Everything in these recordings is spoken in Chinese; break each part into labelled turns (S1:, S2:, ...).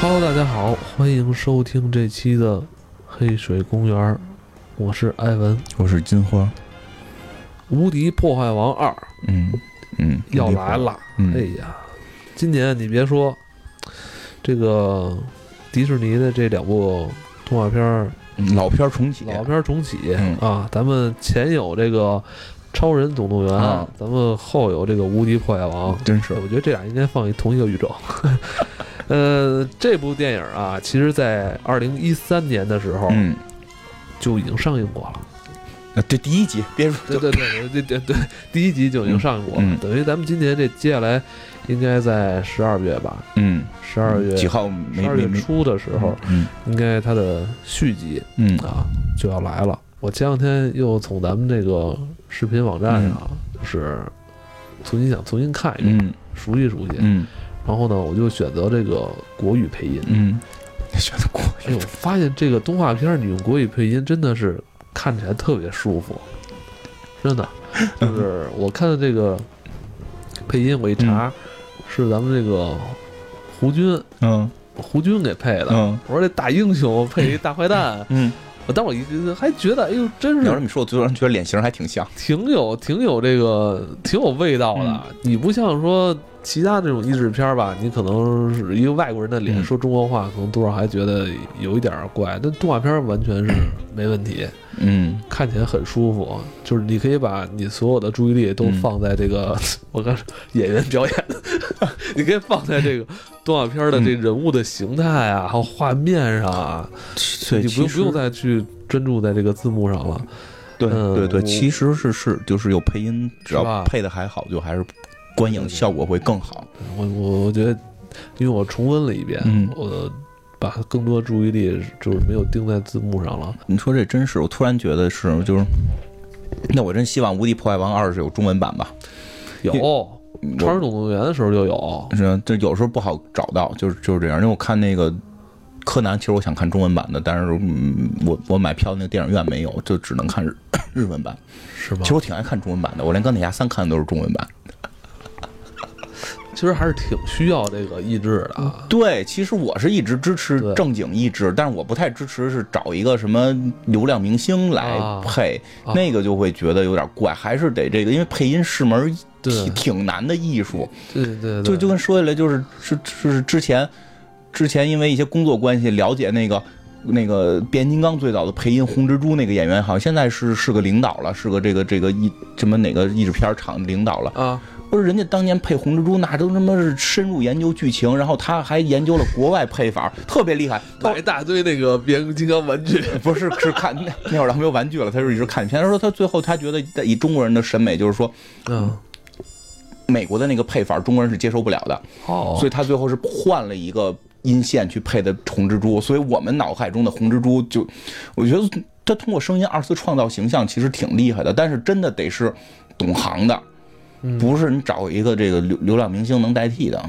S1: Hello，大家好，欢迎收听这期的《黑水公园》，我是艾文，《
S2: 我是金花，
S1: 无敌破坏王二
S2: 嗯嗯，》
S1: 要来了。
S2: 嗯，
S1: 哎呀，今年你别说，这个迪士尼的这两部动画片儿
S2: 嗯，老片儿重启，
S1: 老片儿重启、
S2: 嗯
S1: 啊，咱们前有这个《超人总动员》
S2: 啊
S1: 咱们后有这个《无敌破坏王》
S2: 真是
S1: 我觉得这俩应该放一同一个宇宙。 呃，这部电影啊，其实在二零一三年的时候
S2: 嗯，
S1: 就已经上映过了。
S2: 呃这第一集别说
S1: 对对对对对对，第一集就已经上映过了。
S2: 嗯嗯
S1: 等于咱们今年这接下来应该在十二月吧，
S2: 嗯，
S1: 十二月
S2: 几
S1: 十
S2: 号没
S1: 二
S2: 没
S1: 月
S2: 没
S1: 初的时候，，
S2: 嗯
S1: 应该它的续集
S2: 嗯
S1: 啊就要来了。我前两天又从咱们这个视频网站上，就是重新想重新看一遍，
S2: 嗯
S1: 熟悉熟悉。
S2: 嗯
S1: 然后呢，我就选择这个国语配音。
S2: 嗯，选的过
S1: 哎，我发现这个动画片儿你用国语配音真的是看起来特别舒服，真 的。就是我看的这个配音，我一查、是咱们这个胡军
S2: 嗯
S1: 胡军给配的。
S2: 嗯
S1: 我说这大英雄配一大坏 蛋，
S2: 嗯，
S1: 我当我一还觉得，哎呦，真
S2: 要是
S1: 是
S2: 你说，我突然觉得脸型还挺像，
S1: 挺有挺有这个挺有味道
S2: 嗯
S1: 的。你不像说其他这种励志片儿吧，你可能是一个外国人的脸
S2: 嗯
S1: 说中国话，可能多少还觉得有一点儿怪。但动画片儿完全是没问题。
S2: 嗯
S1: 看起来很舒服，就是你可以把你所有的注意力都放
S2: 嗯
S1: 在这个， 我刚说演员表演， 你可以放在这个动画片的
S2: 嗯
S1: 这人物的形态啊，还有画面上啊，
S2: 对
S1: 你不用不用再去专注在这个字幕上了。
S2: 对
S1: 嗯
S2: 对对，
S1: 我
S2: 其实是是就是有配音，只
S1: 是吧
S2: 要配的还好，就还是观影效果会更好。
S1: 我我我觉得，因为我重温了一遍，
S2: 嗯
S1: 我把更多注意力就是没有盯在字幕上了。
S2: 你说这真是，我突然觉得是就是。那我真希望《无敌破坏王二》是有中文版吧？
S1: 有《
S2: 嗯我
S1: 超人总动员》的时候就有，
S2: 是啊，这有时候不好找到，就是就是这样。因为我看那个柯南，其实我想看中文版的，但是、嗯、我我买票那个电影院没有，就只能看日日文版。
S1: 是吗
S2: 其？实我挺爱看中文版的，我连钢铁侠三看的都是中文版。
S1: 其实还是挺需要这个意志的
S2: 嗯
S1: 啊。
S2: 对，其实我是一直支持
S1: 对
S2: 正经译制，但是我不太支持是找一个什么流量明星来
S1: 啊
S2: 配，
S1: 啊
S2: 那个就会觉得有点怪，还是得这个，因为配音是门
S1: 对
S2: 挺挺难的艺术。
S1: 对对对，
S2: 就就跟说起来，就是是是之前之前因为一些工作关系了解那个那个变形金刚最早的配音红蜘蛛那个演员，好像现在是是个领导了，是个这个这个一什么哪个译制片厂的领导了。
S1: 啊。
S2: 不是人家当年配红蜘蛛那都他妈是深入研究剧情，然后他还研究了国外配法，特别厉害。
S1: 买一大堆那个变形金刚玩具，
S2: 不是是看那那会儿他没有玩具了，他就一直看片。他说他最后他觉得以中国人的审美，就是说
S1: 嗯，
S2: 美国的那个配法，中国人是接受不了的。
S1: 哦
S2: 所以他最后是换了一个音线去配的红蜘蛛，所以我们脑海中的红蜘蛛就，我觉得他通过声音二次创造形象其实挺厉害的，但是真的得是懂行的，
S1: 嗯
S2: 不是你找一个这个流流量明星能代替的。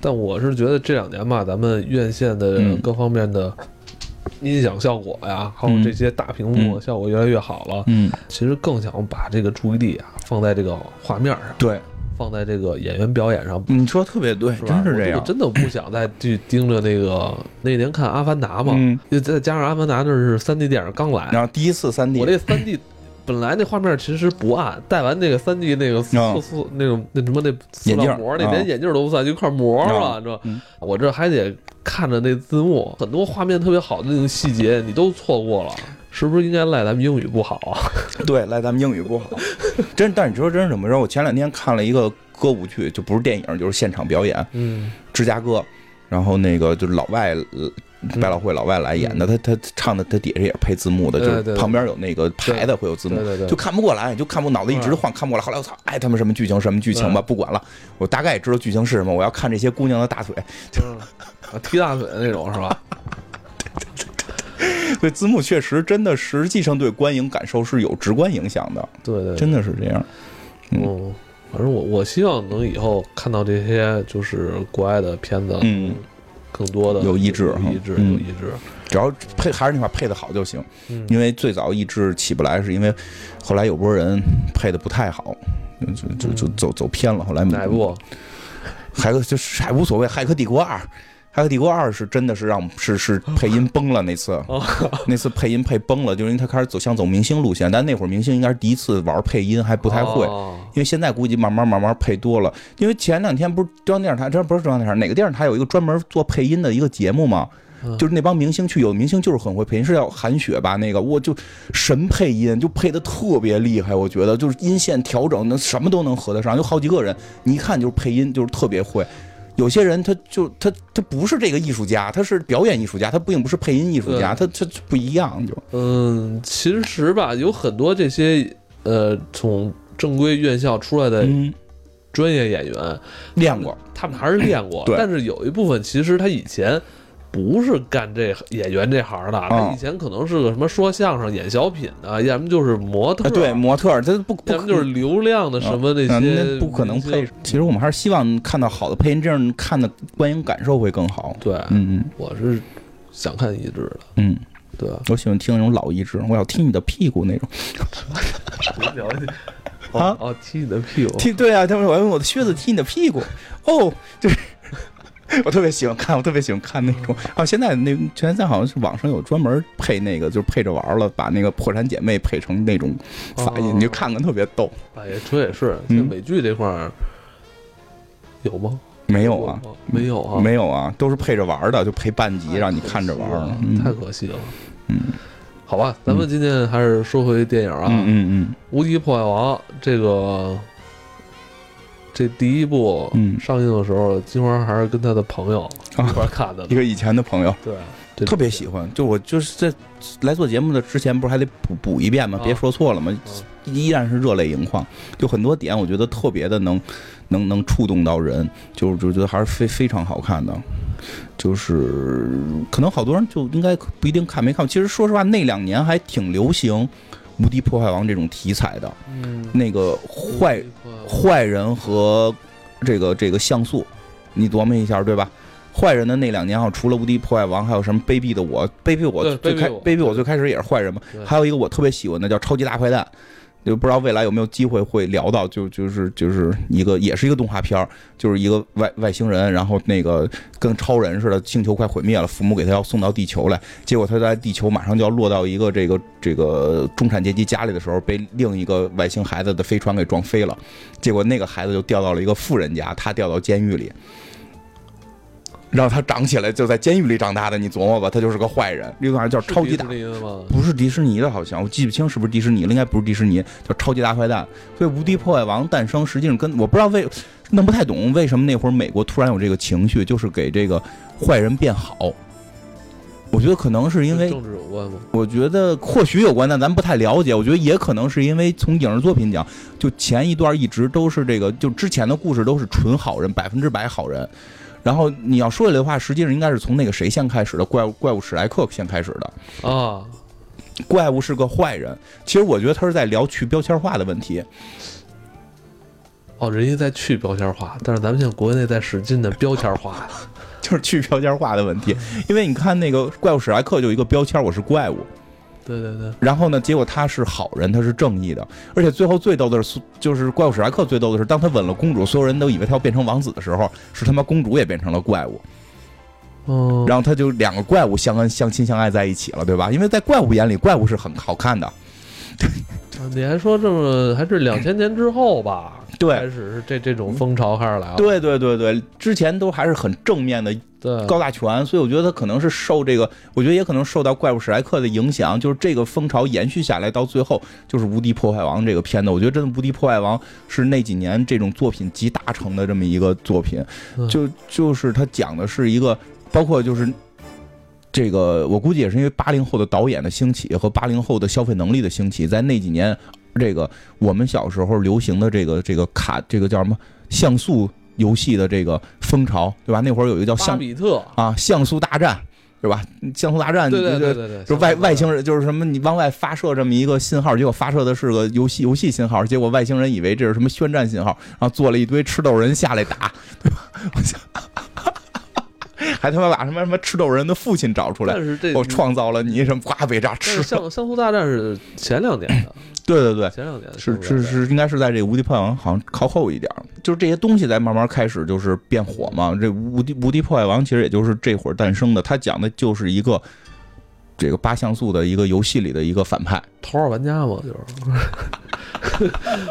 S1: 但我是觉得这两年吧，咱们院线的
S2: 嗯
S1: 各方面的音响效果呀，还有
S2: 嗯
S1: 这些大屏幕
S2: 嗯
S1: 效果越来越好了。
S2: 嗯，
S1: 其实更想把这个注意力啊放在这个画面上，
S2: 对，
S1: 放在这个演员表演上，
S2: 你说得特别对，
S1: 是吧
S2: 嗯真？是
S1: 我
S2: 这
S1: 我
S2: 样。
S1: 真的不想再去盯着那个那年看《阿凡达》嘛，
S2: 嗯啊
S1: 又再加上《阿凡达》那是三 D 电影刚来，
S2: 然后第一次三 D，
S1: 我这三 D 本来那画面其实不暗，戴完那个三 D 那个塑
S2: 啊
S1: 塑那种那什么那塑料膜，
S2: 眼
S1: 那
S2: 镜啊
S1: 连眼镜都不算，就一块膜了，
S2: 啊
S1: 你知道吧
S2: 嗯？
S1: 我这还得看着那字幕，很多画面特别好的那种细节你都错过了，是不是应该赖咱们英语不好啊？
S2: 对，赖咱们英语不好。 真，但你知道真是什么？然后我前两天看了一个歌舞剧，就不是电影，就是现场表演。
S1: 嗯，
S2: 芝加哥，然后那个就是老外，呃百老汇老外来演的，他他唱的他底下也配字幕的，
S1: 嗯对
S2: 就是
S1: 对
S2: 旁边有那个牌子会有字幕
S1: 对对对，嗯
S2: 就看不过来，就看不脑子一直晃看不过来。后来我操，哎他们什么剧情什么剧情吧，不管了，我大概也知道剧情是什么，我要看这些姑娘的大腿，
S1: 啊踢大腿的那种是吧？
S2: 所以字幕确实真的实际上对观影感受是有直观影响的，
S1: 对对，
S2: 真的是这样。嗯
S1: 嗯，反正我我希望能以后看到这些就是国外的片子，
S2: 嗯，
S1: 更多的
S2: 有意志
S1: 有意志，
S2: 嗯
S1: 有意志，
S2: 只要配还是那块配的好就行，
S1: 嗯
S2: 因为最早译制起不来，是因为后来有波人配的不太好，就就就就走走偏了，后来
S1: 哪一部？
S2: 哎还有就是还无所谓，《骇客帝国二》骇客帝国二》是真的是让是是配音崩了那次， 那次配音配崩了，就是因为他开始走向走明星路线，但那会儿明星应该是第一次玩配音，还不太会。
S1: 哦
S2: 因为现在估计慢慢慢慢配多了，因为前两天不是中央电视台，这不是中央电视台，哪个电视台有一个专门做配音的一个节目嘛
S1: 嗯？
S2: 就是那帮明星去，有的明星就是很会配音，是叫韩雪吧？那个我就神配音，就配的特别厉害，我觉得就是音线调整，那什么都能合得上，有好几个人，你一看就是配音就是特别会。有些人他就他他不是这个艺术家，他是表演艺术家，他并不是配音艺术家，他他他不一样就。
S1: 嗯，其实吧，有很多这些呃，从正规院校出来的
S2: 嗯，
S1: 专业演员，
S2: 练过，
S1: 他们还是练过，
S2: 对
S1: 但是有一部分其实他以前不是干这演员这行的，
S2: 啊
S1: 他以前可能是个什么说相声、演小品的，要么就是模特，
S2: 啊对，模特儿他哎不不
S1: 要么就是流量的什么那
S2: 嗯
S1: 些，
S2: 那不可能配。。其实我们还是希望看到好的配音，这样看的观影感受会更好。
S1: 对，
S2: 嗯
S1: 我是想看一致的，
S2: 嗯嗯，
S1: 对吧？
S2: 我喜欢听那种老一制，我要踢你的屁股那种。啊
S1: 哦，踢你的屁股，
S2: 踢对啊，他们说我要用我的靴子踢你的屁股，哦，就是。 我特别喜欢看，我特别喜欢看那种。啊，现在那现在好像是网上有专门配那个，就是配着玩儿了，把那个破产姐妹配成那种发音，
S1: 哦
S2: 你就看看特别逗。
S1: 哎呀，这也是，
S2: 嗯
S1: 像美剧这块儿有吗？
S2: 没有啊，
S1: 吗，没有啊，
S2: 没有啊，都是配着玩儿的，就配半集让你看着玩儿
S1: 了
S2: 呢。，嗯
S1: 太可惜了。
S2: 嗯
S1: 好吧，咱们今天还是说回电影啊，
S2: 嗯嗯
S1: 无敌破坏王》这个这第一部
S2: 嗯
S1: 上映的时候，金花还是跟他的朋友
S2: 啊
S1: 一块儿看的呢
S2: 嗯，一。个以前的朋友。
S1: 对，这
S2: 特别喜欢，就我就是在来做节目的之前，不是还得补补一遍吗？
S1: 啊
S2: 别说错了嘛，
S1: 啊
S2: 依然是热泪盈眶。就很多点，我觉得特别的能能能触动到人，就是就觉得还是非非常好看的。就是可能好多人就应该不一定看没看，其实说实话，那两年还挺流行《无敌破坏王》这种题材的，
S1: 嗯，
S2: 那个坏
S1: 无敌破坏
S2: 坏人和这个这个像素，你琢磨一下，对吧？坏人的那两年好像除了《无敌破坏王》，还有什么《卑鄙的我》？卑鄙我
S1: 对
S2: 最
S1: 卑鄙
S2: 开
S1: 我
S2: 卑鄙我最开始也是坏人嘛
S1: 对。
S2: 还有一个我特别喜欢的叫《超级大坏蛋》，就不知道未来有没有机会会聊到，就就是就是一个也是一个动画片儿，就是一个外外星人，然后那个跟超人似的，星球快毁灭了，父母给他要送到地球来，结果他在地球马上就要落到一个这个这个中产阶级家里的时候，被另一个外星孩子的飞船给撞飞了，结果那个孩子就掉到了一个富人家，他掉到监狱里。让他长起来就在监狱里长大的，你琢磨吧，他就是个坏人。另外叫
S1: 是
S2: 超级
S1: 迪
S2: 大
S1: 士尼的吗？
S2: 不是迪士尼的，好像我记不清是不是迪士尼了，应该不是迪士尼，叫《超级大坏蛋》。所以《无敌破坏王》诞生，实际上跟我不知道为弄不太懂为什么那会儿美国突然有这个情绪，就是给这个坏人变好。我觉得可能是因
S1: 跟
S2: 为，
S1: 政治有关吗？
S2: 我觉得或许有关，但咱不太了解。我觉得也可能是因为从影视作品讲，就前一段一直都是这个，就之前的故事都是纯好人，百分之百好人。然后你要说起来的话，实际上应该是从那个谁先开始的，怪物怪物史莱克先开始的。
S1: 啊，
S2: 怪物是个坏人。其实我觉得他是在聊去标签化的问题。
S1: 哦，人家在去标签化，但是咱们现在国内在使劲的标签化。
S2: 就是去标签化的问题，因为你看那个怪物史莱克就有一个标签，我是怪物。
S1: 对对对，
S2: 然后呢，结果他是好人，他是正义的。而且最后最逗的是，就是怪物史莱克最逗的是，当他吻了公主，所有人都以为他要变成王子的时候，是他妈公主也变成了怪物。
S1: 嗯，
S2: 然后他就两个怪物相恩相亲相爱在一起了，对吧？因为在怪物眼里，怪物是很好看的。
S1: 你还说这么还是两千年之后吧？
S2: 对嗯
S1: 开始是这这种风潮开始来了。
S2: 对对对对，之前都还是很正面的
S1: 对，
S2: 高大全，所以我觉得他可能是受这个，我觉得也可能受到怪物史莱克的影响，就是这个风潮延续下来，到最后就是《无敌破坏王》这个片子。我觉得真的《无敌破坏王》是那几年这种作品集大成的这么一个作品
S1: 嗯，
S2: 就就是他讲的是一个，包括就是。这个我估计也是因为八零后的导演的兴起和八零后的消费能力的兴起，在那几年，这个我们小时候流行的这个这个卡这个叫什么像素游戏的这个风潮，对吧？那会儿有一个叫
S1: 巴
S2: 像
S1: 比特，
S2: 啊，像素大战，对吧？像素大战，
S1: 对对对
S2: 就
S1: 对对，
S2: 就外外
S1: 人。
S2: 星人就是什么，你往外发射这么一个信号，结果发射的是个游戏游戏信号，结果外星人以为这是什么宣战信号，然后做了一堆吃豆人下来打，对吧？我想， 还他妈把什么什么赤豆人的父亲找出来
S1: 但，是这
S2: 我创造了你什么呱被炸
S1: 但
S2: 吃
S1: 是。像《乡土大战》是前两年的，
S2: 对对对，
S1: 前两年的
S2: 是
S1: 乡土大
S2: 是
S1: 战，
S2: 是，应该是在这个《无敌破坏王》好像靠后一点儿，就是这些东西在慢慢开始就是变火嘛。这《无敌无敌破坏王》其实也就是这会儿诞生的，它讲的就是一个这个八像素的一个游戏里的一个反派，
S1: 头号玩家嘛，就是，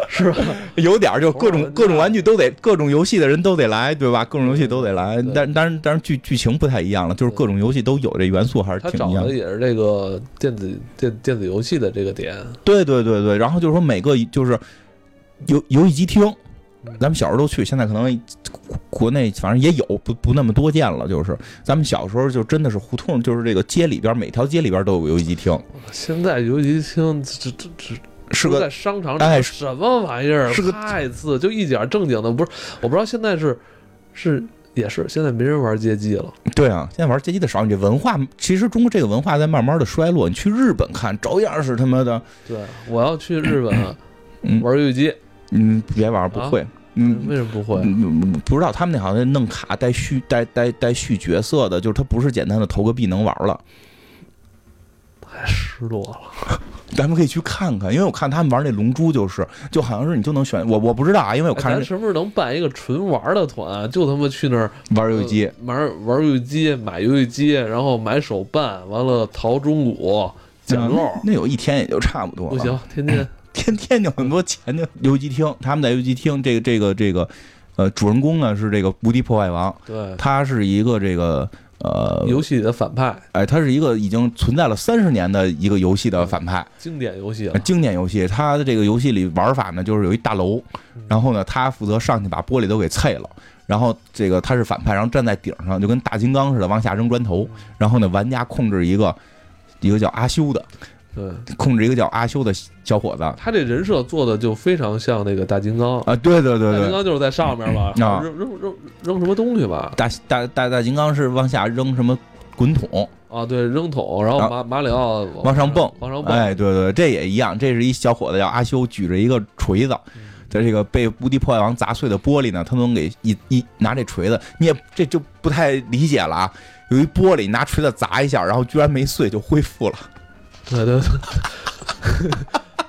S1: 是吧？
S2: 有点儿就各
S1: 头号玩
S2: 种
S1: 家
S2: 各种玩具都得，各种游戏的人都得来，对吧？各种游戏都得来
S1: 嗯对，
S2: 但但是但是剧剧情不太一样了，就是各种游戏都有这元素，还是
S1: 他
S2: 挺
S1: 找
S2: 一样
S1: 的
S2: 的。
S1: 也是这个电子电电子游戏的这个点，
S2: 对对对对，然后就是说每个就是游游戏机厅。
S1: 嗯
S2: 咱们小时候都去，现在可能国国内反正也有，不不那么多见了。就是咱们小时候就真的是胡同，就是这个街里边每条街里边都有个游戏机厅，
S1: 现在游戏厅这这这
S2: 是
S1: 都在
S2: 个
S1: 商场里
S2: 哎是
S1: 什么玩意儿？
S2: 是个
S1: 太次，就一点正经的不是。我不知道现在是是也是现在没人玩街机了，
S2: 对啊。现在玩街机的少，你这文化其实中国这个文化在慢慢的衰落。你去日本看，照样是他妈的，
S1: 对， 我要去日本啊
S2: 嗯
S1: 玩游戏机，
S2: 嗯，别玩
S1: 啊
S2: 不会，嗯。
S1: 为什么不会？
S2: 嗯，不知道他们那好像弄卡带续带带带续角色的，就是他不是简单的投个币能玩了。
S1: 太哎失落了。
S2: 咱们可以去看看，因为我看他们玩那龙珠，就是就好像是你就能选我我不知道啊，因为我
S1: 哎
S2: 看人
S1: 咱什么时候能办一个纯玩的团？啊就他妈去那儿
S2: 玩游戏机，
S1: 呃玩玩游戏机，买游戏机，然后买手办，完了淘中古捡漏
S2: 嗯，那嗯有一天也就差不多了。
S1: 不行，，天天
S2: 天天就很多钱的游戏厅，他们在游戏厅这个这个这个，呃，主人公呢是这个无敌破坏王，
S1: 对
S2: 他是一个这个呃，
S1: 游戏里的反派，
S2: 哎，他是一个已经存在了三十年的一个游戏的反派，
S1: 经典游戏了
S2: 呃。经典游戏。他的这个游戏里玩法呢，就是有一大楼，然后呢，他负责上去把玻璃都给碎了。然后这个他是反派，然后站在顶上就跟大金刚似的往下扔砖头。然后呢，玩家控制一个一个叫阿修的，
S1: 对
S2: 控制一个叫阿修的小伙子，
S1: 他这人设做的就非常像那个大金刚，
S2: 啊，对对对
S1: 大金
S2: 对，
S1: 刚就是在上面吧，
S2: 啊
S1: 扔扔扔扔什么东西吧？
S2: 大大大大金刚是往下扔什么滚筒，
S1: 啊，对，扔桶，然后
S2: 啊
S1: 马马里奥
S2: 往上蹦，
S1: 往上蹦，
S2: 哎，对对，这也一样，这是一小伙子叫阿修，举着一个锤子。在这个被无敌破坏王砸碎的玻璃呢，他能给一一拿这锤子，你也这就不太理解了啊。有一玻璃，你拿锤子砸一下，然后居然没碎，就恢复了。
S1: 对对对。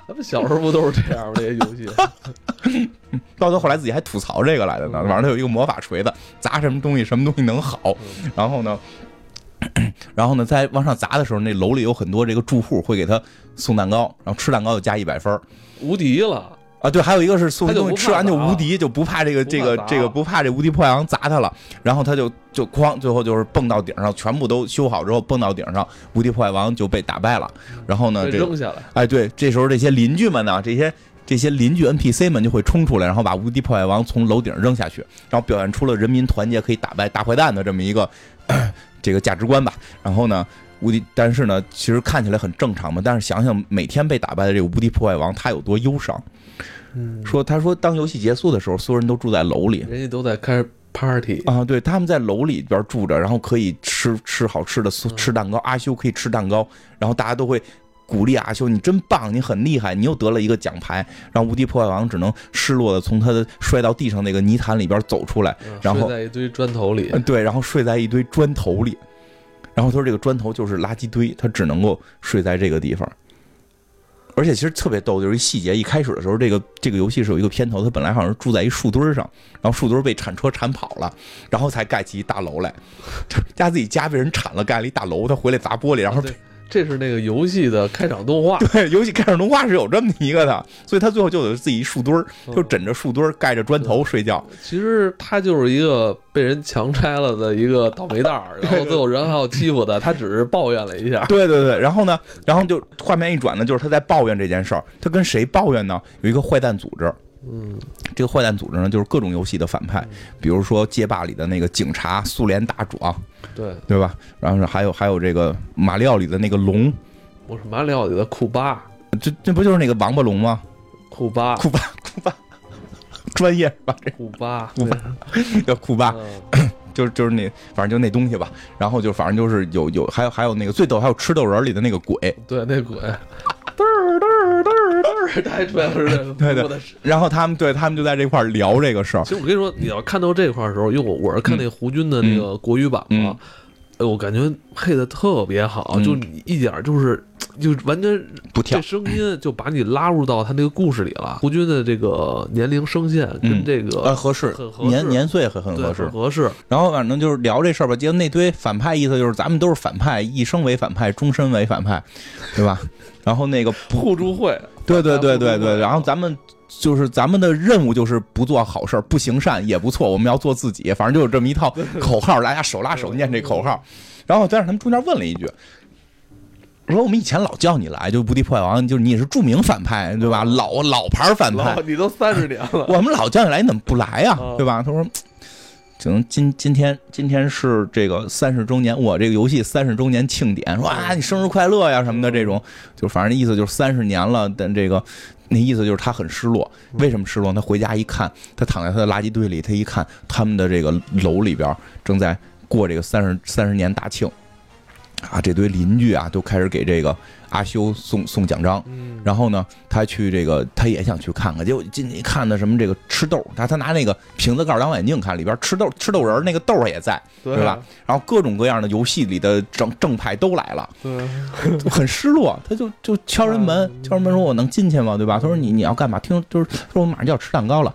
S1: 咱们小时候不都是这样吗？这些游 戏，
S2: 到头后来自己还吐槽这个来的呢。
S1: 嗯
S2: 晚上他有一个魔法锤子，砸什么东西什么东西能好。然后呢， 然后呢，在往上砸的时候，那楼里有很多这个住户会给他送蛋糕，然后吃蛋糕就加一百分儿
S1: 无敌了，
S2: 啊。对，还有一个是送
S1: 他就
S2: 东西
S1: 不
S2: 吃
S1: 怕
S2: 完就
S1: 砸
S2: 无敌，就不怕这个
S1: 不
S2: 这
S1: 怕
S2: 个
S1: 砸
S2: 这个不怕这无敌破坏王砸他了。然后他就就哐，最后就是蹦到顶上，全部都修好之后蹦到顶上，无敌破坏王就被打败了。然后呢，
S1: 被
S2: 这个
S1: 嗯扔下来，
S2: 哎，对，这时候这些邻居们呢，这些这些邻居 NPC 们就会冲出来，然后把无敌破坏王从楼顶扔下去，然后表现出了人民团结可以打败大坏蛋的这么一个 咳这个价值观吧。然后呢，无敌，但是呢，其实看起来很正常嘛，但是想想每天被打败的这个无敌破坏王，他有多忧伤。
S1: 嗯，
S2: 说他说当游戏结束的时候，所有人都住在楼里。
S1: 人家都在开 party，
S2: 啊，对，他们在楼里边住着，然后可以吃吃好吃的，吃蛋糕。阿修可以吃蛋糕，然后大家都会鼓励阿修，你真棒，你很厉害，你又得了一个奖牌。然后无敌破坏王只能失落的从他的摔到地上那个泥潭里边走出来，
S1: 嗯
S2: 然后
S1: 睡在一堆砖头里，
S2: 嗯，对，然后睡在一堆砖头里。然后他说这个砖头就是垃圾堆，他只能够睡在这个地方。而且其实特别逗，就是一细节。一开始的时候，这个这个游戏是有一个片头，他本来好像是住在一树墩儿上，然后树墩儿被铲车铲跑了，然后才盖起一大楼来。 家自己家被人铲了，盖了一大楼，他回来砸玻璃，然后
S1: 啊对这是那个游戏的开场动画，
S2: 对，游戏开始动画是有这么一个的，所以他最后就有自己一树墩儿， 就枕着树墩儿盖着砖头睡觉。
S1: 嗯其实他就是一个被人强拆了的一个倒霉蛋 儿，然后最后人还要欺负他，他只是抱怨了一下。
S2: 对对对，然后呢，然后就画面一转呢，就是他在抱怨这件事儿。他跟谁抱怨呢？有一个坏蛋组织，
S1: 嗯，
S2: 这个坏蛋组织呢，就是各种游戏的反派，比如说街霸里的那个警察、苏联大壮，
S1: 对，
S2: 对吧？然后是还有还有这个马里奥里的那个龙，
S1: 我是马里奥里的库巴，
S2: 这这不就是那个王八龙吗？
S1: 库巴，
S2: 库巴库巴，专业吧，
S1: 库巴，
S2: 库巴这叫库巴，
S1: 嗯
S2: 就是就是那反正就那东西吧。然后就反正就是有有还有还有那个最逗还有吃豆人里的那个鬼，
S1: 对，那鬼，嘚儿嘚儿嘚儿嘚儿，是，他还主要是这个
S2: 对对
S1: 我的是
S2: 然后他们对他们就在这块儿聊这个事儿
S1: 其，实我跟你说，你要看到这块儿的时候，因为我我是看那胡军的那个国语版嘛，哎，我感觉配的特别好，
S2: 嗯
S1: 就你一点儿就是就完全
S2: 不跳
S1: 这，声音就把你拉入到他那个故事里了。胡军的这个年龄声线跟
S2: 嗯
S1: 这个、
S2: 呃，合适
S1: 很，合适
S2: 年年岁很很
S1: 对
S2: 合适
S1: 很。合适，
S2: 然后反正就是聊这事儿吧。结果那堆反派意思就是咱们都是反派，一生为反派，终身为反派，对吧？ 然后那个不，
S1: 互助会，
S2: 对对对
S1: 互助会
S2: 对对。然后咱们就是咱们的任务就是不做好事儿，不行善也不错，我们要做自己。反正就有这么一套口号，大家手拉手念这口号。然后但是他们中间问了一句。说我们以前老叫你来，就《不敌破坏王》，就是你也是著名反派，对吧？老老牌反派
S1: 老，你都三十年了，
S2: 我们老叫你来，你怎么不来呀、
S1: 啊
S2: 对吧？他说，可能今今天今天是这个三十周年，我这个游戏三十周年庆典，说啊，你生日快乐呀什么的这种，就反正那意思就是三十年了，但这个。那意思就是他很失落，为什么失落？他回家一看，他躺在他的垃圾堆里，他一看他们的这个楼里边正在过这个三十三十年大庆，啊，这堆邻居啊都开始给这个阿修送送奖章，
S1: 嗯，
S2: 然后呢，他去这个，他也想去看看，结果进去一看呢，什么这个吃豆，他他拿那个瓶子盖当望远镜看，里边吃豆吃豆人儿那个豆儿也在，
S1: 对
S2: 对吧？然后各种各样的游戏里的正正派都来了，
S1: 对，
S2: 就很失落，他就就敲人门，
S1: 嗯
S2: 敲人门说我能进去吗？对吧？他说你你要干嘛？听就是说我马上就要吃蛋糕了，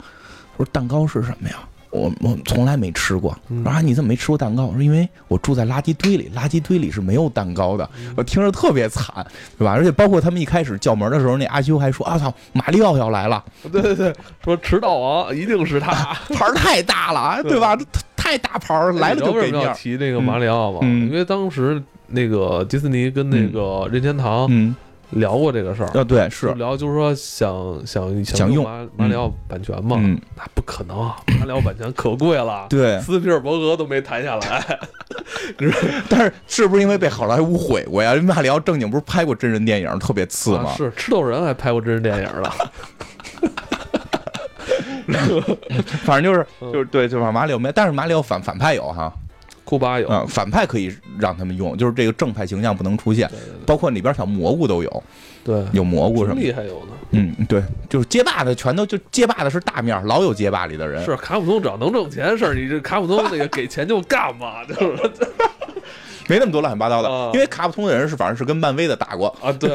S2: 他说蛋糕是什么呀？我我从来没吃过，
S1: 嗯
S2: 我说啊你怎么没吃过蛋糕？我说因为我住在垃圾堆里，垃圾堆里是没有蛋糕的。
S1: 嗯
S2: 我听着特别惨，对吧？而且包括他们一开始叫门的时候，那阿修还说啊操，马里奥要来了，
S1: 对对对，说迟到王一定是他，
S2: 牌儿太大 了，啊对吧？这太大牌儿 来了就
S1: 为
S2: 给
S1: 什么
S2: 面
S1: 要
S2: 儿，
S1: 提这个马里奥嘛？
S2: 嗯嗯
S1: 因为当时那个迪士尼跟那个任天堂
S2: 嗯，
S1: 聊过这个事儿，
S2: 啊对，
S1: 就是聊就是说想想
S2: 想用
S1: 马马里奥版权嘛，
S2: 嗯，。
S1: 那不可能，啊，马里奥版权可贵了
S2: 对，
S1: 斯皮尔伯格都没谈下 来，
S2: 但是是不是因为被好莱坞毁过呀？人马里奥正经不是拍过真人电影，特别次
S1: 啊
S2: 吗？
S1: 是吃豆人还拍过真人电影了，
S2: 反正就是
S1: 嗯
S2: 就是对，就是马里奥没，但是马里奥反反派有哈，
S1: 库巴有，
S2: 啊，反派可以让他们用，就是这个正派形象不能出现
S1: 对，对
S2: 包括里边小蘑菇都有，
S1: 对，
S2: 有蘑菇什
S1: 朱
S2: 么的。
S1: 莉还有呢，
S2: 嗯，对，就是街霸的全都就街霸的是大面儿，老有街霸里的人。
S1: 是卡普通只要能挣钱事儿，你这卡普通那个给钱就干嘛， 就是
S2: 没那么多乱七八糟的，
S1: 啊
S2: 因为卡普通的人是反正是跟漫威的打过。
S1: 啊，对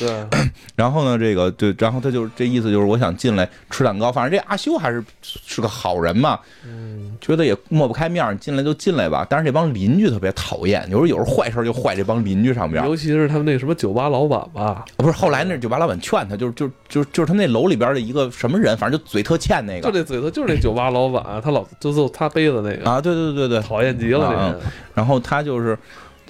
S1: 对，
S2: 然后呢，这个对，然后他就这意思就是我想进来吃蛋糕，反正这阿修还是是个好人嘛，
S1: 嗯，
S2: 觉得也抹不开面儿，你进来就进来吧。但是这帮邻居特别讨厌，有时候有时候坏事儿就坏这帮邻居上边儿。
S1: 尤其是他们那什么酒吧老板吧，
S2: 不是，后来那酒吧老板劝他，就是就是就是就是他那楼里边的一个什么人，反正就嘴特欠那
S1: 就
S2: 个
S1: 那嘴头就是那酒吧老 板，啊他老就是擦杯子那个，
S2: 啊，对对对对。对
S1: 讨厌极了，
S2: 啊
S1: 那人
S2: 然后他就是，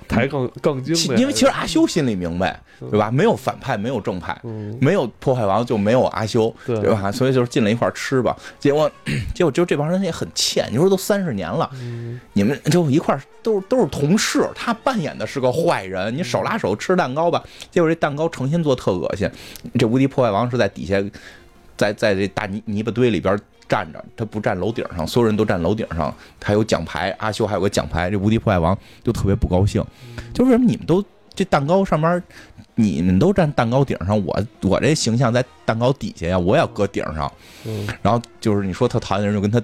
S1: 抬杠杠精
S2: 其
S1: 呗，
S2: 因为其实阿修心里明白，对吧？没有反派，没有正派，
S1: 嗯，
S2: 没有破坏王就没有阿修，
S1: 对
S2: 对吧？所以就是进来一块儿吃吧。结果 结果就这帮人也很欠，你说都三十年了，
S1: 嗯，
S2: 你们就一块儿都是都是同事，他扮演的是个坏人，你手拉手吃蛋糕吧。结果这蛋糕成心做特恶心，这无敌破坏王是在底下，在在这大泥泥巴堆里边。站着，他不站楼顶上，所有人都站楼顶上。他有奖牌，阿修还有个奖牌。这无敌破坏王就特别不高兴，
S1: 嗯
S2: 就为什么你们都这蛋糕上面，你们都站蛋糕顶上，我我这形象在蛋糕底下呀，我也要搁顶上。
S1: 嗯
S2: 然后就是你说特讨厌的人就跟他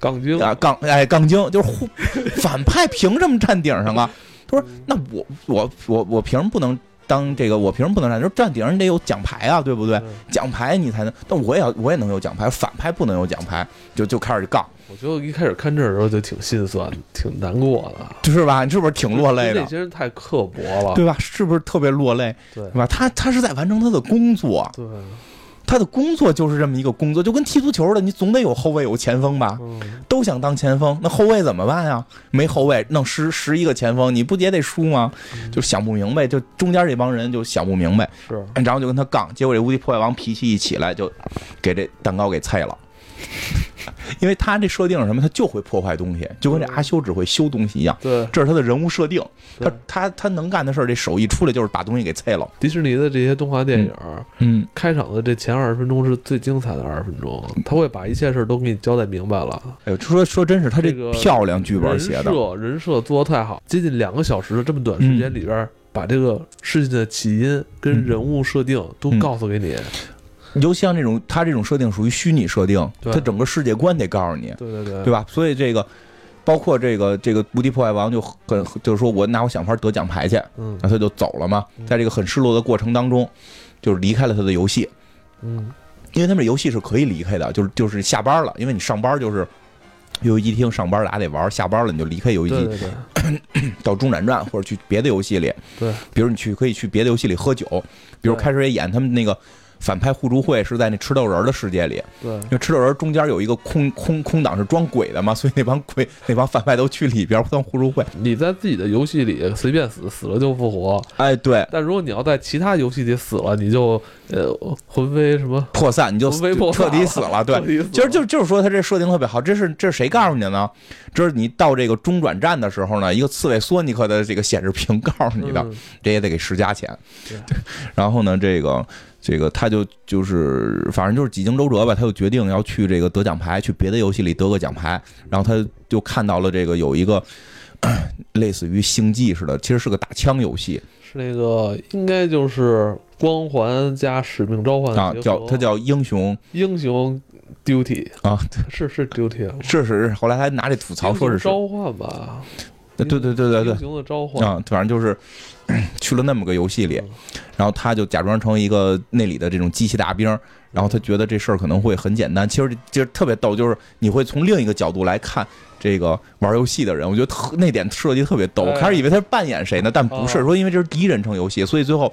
S1: 杠精，
S2: 啊，杠哎杠精就是互 反派，凭什么站顶上啊？他说：“那我我我我凭什么不能当这个？我凭什么不能站？就是站顶上你得有奖牌啊，对不对？
S1: 嗯
S2: 奖牌你才能，但我也要我也能有奖牌，反派不能有奖牌，就就开始杠，
S1: 我觉得一开始看这儿的时候就挺心酸，挺难过的，
S2: 是吧？你是不是挺落
S1: 因
S2: 泪
S1: 为
S2: 的
S1: 那？些人太刻薄了，
S2: 对吧？是不是特别落泪？
S1: 对
S2: 对吧？他他是在完成他的工作，
S1: 对，
S2: 他的工作就是这么一个工作，就跟踢足球似的，你总得有后卫有前锋吧？
S1: 嗯，
S2: 都想当前锋，那后卫怎么办呀？没后卫，弄十十一个前锋，你不也得输吗？
S1: 嗯
S2: 就想不明白，就中间这帮人就想不明白，
S1: 是，
S2: 然后就跟他杠，结果这无敌破坏王脾气一起来，就给这蛋糕给碎了。 因为他这设定是什么，他就会破坏东西，就跟这阿修只会修东西一样，
S1: 对，
S2: 这是他的人物设定。他
S1: 对
S2: 他他能干的事儿，这手一出来就是把东西给碎了。
S1: 迪士尼的这些动画电影儿。
S2: 嗯，
S1: 开场的这前二十分钟是最精彩的二十分钟，他会把一切事儿都给你交代明白了。
S2: 哎呦，说说真是他这
S1: 这个
S2: 漂亮剧本写的，
S1: 人设人设做的太好，接近两个小时的这么短时间里边儿，把这个事情的起因跟
S2: 嗯
S1: 人物设定都
S2: 嗯
S1: 告诉给你。
S2: 尤其像这种它这种设定属于虚拟设定，
S1: 对
S2: 它整个世界观得告诉你，
S1: 对对对
S2: 对吧？所以这个包括这个这个无敌破坏王就很就是说我拿我想法得奖牌去，
S1: 嗯
S2: 然后他就走了嘛，在这个很失落的过程当中，就是离开了他的游戏，
S1: 嗯
S2: 因为他们这游戏是可以离开的，就是就是下班了，因为你上班就是。游戏机厅上班大家得玩，下班了你就离开游戏
S1: 对
S2: 机，
S1: 对对，
S2: 到中转站或者去别的游戏里。
S1: 对，
S2: 比如你去可以去别的游戏里喝酒，比如
S1: 对
S2: 开始也演他们那个反派互助会是在那吃豆人儿的世界里，
S1: 对
S2: 因为吃豆人中间有一个空空空档是装鬼的嘛，所以那帮鬼那帮反派都去里边当互助会。
S1: 你在自己的游戏里随便死，死了就复活。
S2: 哎，对，
S1: 但如果你要在其他游戏里死了，你就呃魂飞什么
S2: 破散你就
S1: 魂飞魄散
S2: 彻底死了。对
S1: 彻，底死了
S2: 其实就就是说他这设定特别好，这是这是谁告诉你的呢？这是你到这个中转站的时候呢，一个刺猬索尼克的这个显示屏告诉你的，
S1: 嗯
S2: 这也得给十加钱
S1: 对。
S2: 然后呢，这个这个他就就是反正就是几经周折吧，他就决定要去这个得奖牌，去别的游戏里得个奖牌。然后他就看到了这个有一个咳类似于星际似的，其实是个打枪游戏
S1: 是那个应该就是光环加使命召唤
S2: 啊
S1: 结，合
S2: 叫它叫英雄
S1: 英雄 duty
S2: 啊，
S1: 是是 duty 啊。
S2: 是是是。后来还拿这吐槽说是
S1: 英
S2: 是，
S1: 雄召唤吧，
S2: 对对对对对
S1: 英。雄的召唤，
S2: 啊，反正就是 咳去了那么个游戏里
S1: 嗯，
S2: 然后他就假装成一个那里的这种机器大兵，然后他觉得这事儿可能会很简单，其实其实特别逗，就是你会从另一个角度来看这个玩游戏的人，我觉得特那点设计特别逗。
S1: 哎
S2: 我开始以为他是扮演谁呢，但不是，
S1: 哦
S2: 说因为这是第一人称游戏，所以最后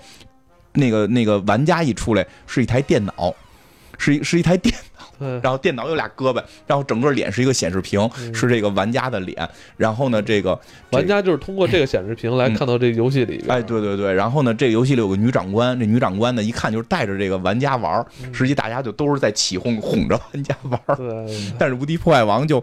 S2: 那个那个玩家一出来是一台电脑。是一是一台电，
S1: 嗯对，
S2: 然后电脑有俩胳膊，然后整个脸是一个显示屏，
S1: 嗯
S2: 是这个玩家的脸。然后呢，这个这
S1: 玩家就是通过这个显示屏来看到这个游戏里边，
S2: 嗯哎，对对对，然后呢，这个游戏里有个女长官，这女长官呢一看就是带着这个玩家玩儿，
S1: 嗯
S2: 实际大家就都是在起哄哄着玩家玩儿。
S1: 对，
S2: 但是无敌破坏王就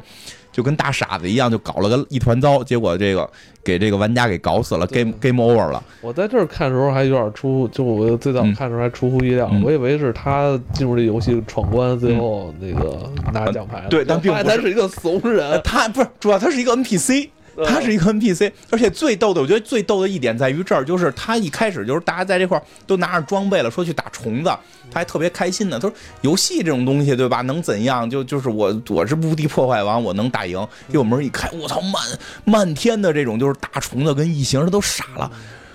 S2: 就跟大傻子一样，就搞了个一团糟，结果这个给这个玩家给搞死了
S1: 对
S2: ，game game over 了。
S1: 我在这儿看的时候还有点出乎，就我最早
S2: 嗯
S1: 看的时候还出乎意料，
S2: 嗯
S1: 我以为是他进入这游戏闯关，最后那个拿奖牌了，
S2: 对但并
S1: 发现
S2: 不是
S1: 他是一个怂
S2: 呃，
S1: 人，
S2: 他不是主要，他是一个 NPC，
S1: 对
S2: 他是一个 NPC，而且最逗的，我觉得最逗的一点在于这儿，就是他一开始就是大家在这块儿都拿着装备了，说去打虫子，他还特别开心呢。他说游戏这种东西，对吧？能怎样？就就是我我是无敌破坏王，我能打赢。结果门一开，我操，漫漫天的这种就是大虫子跟异形，他都傻了。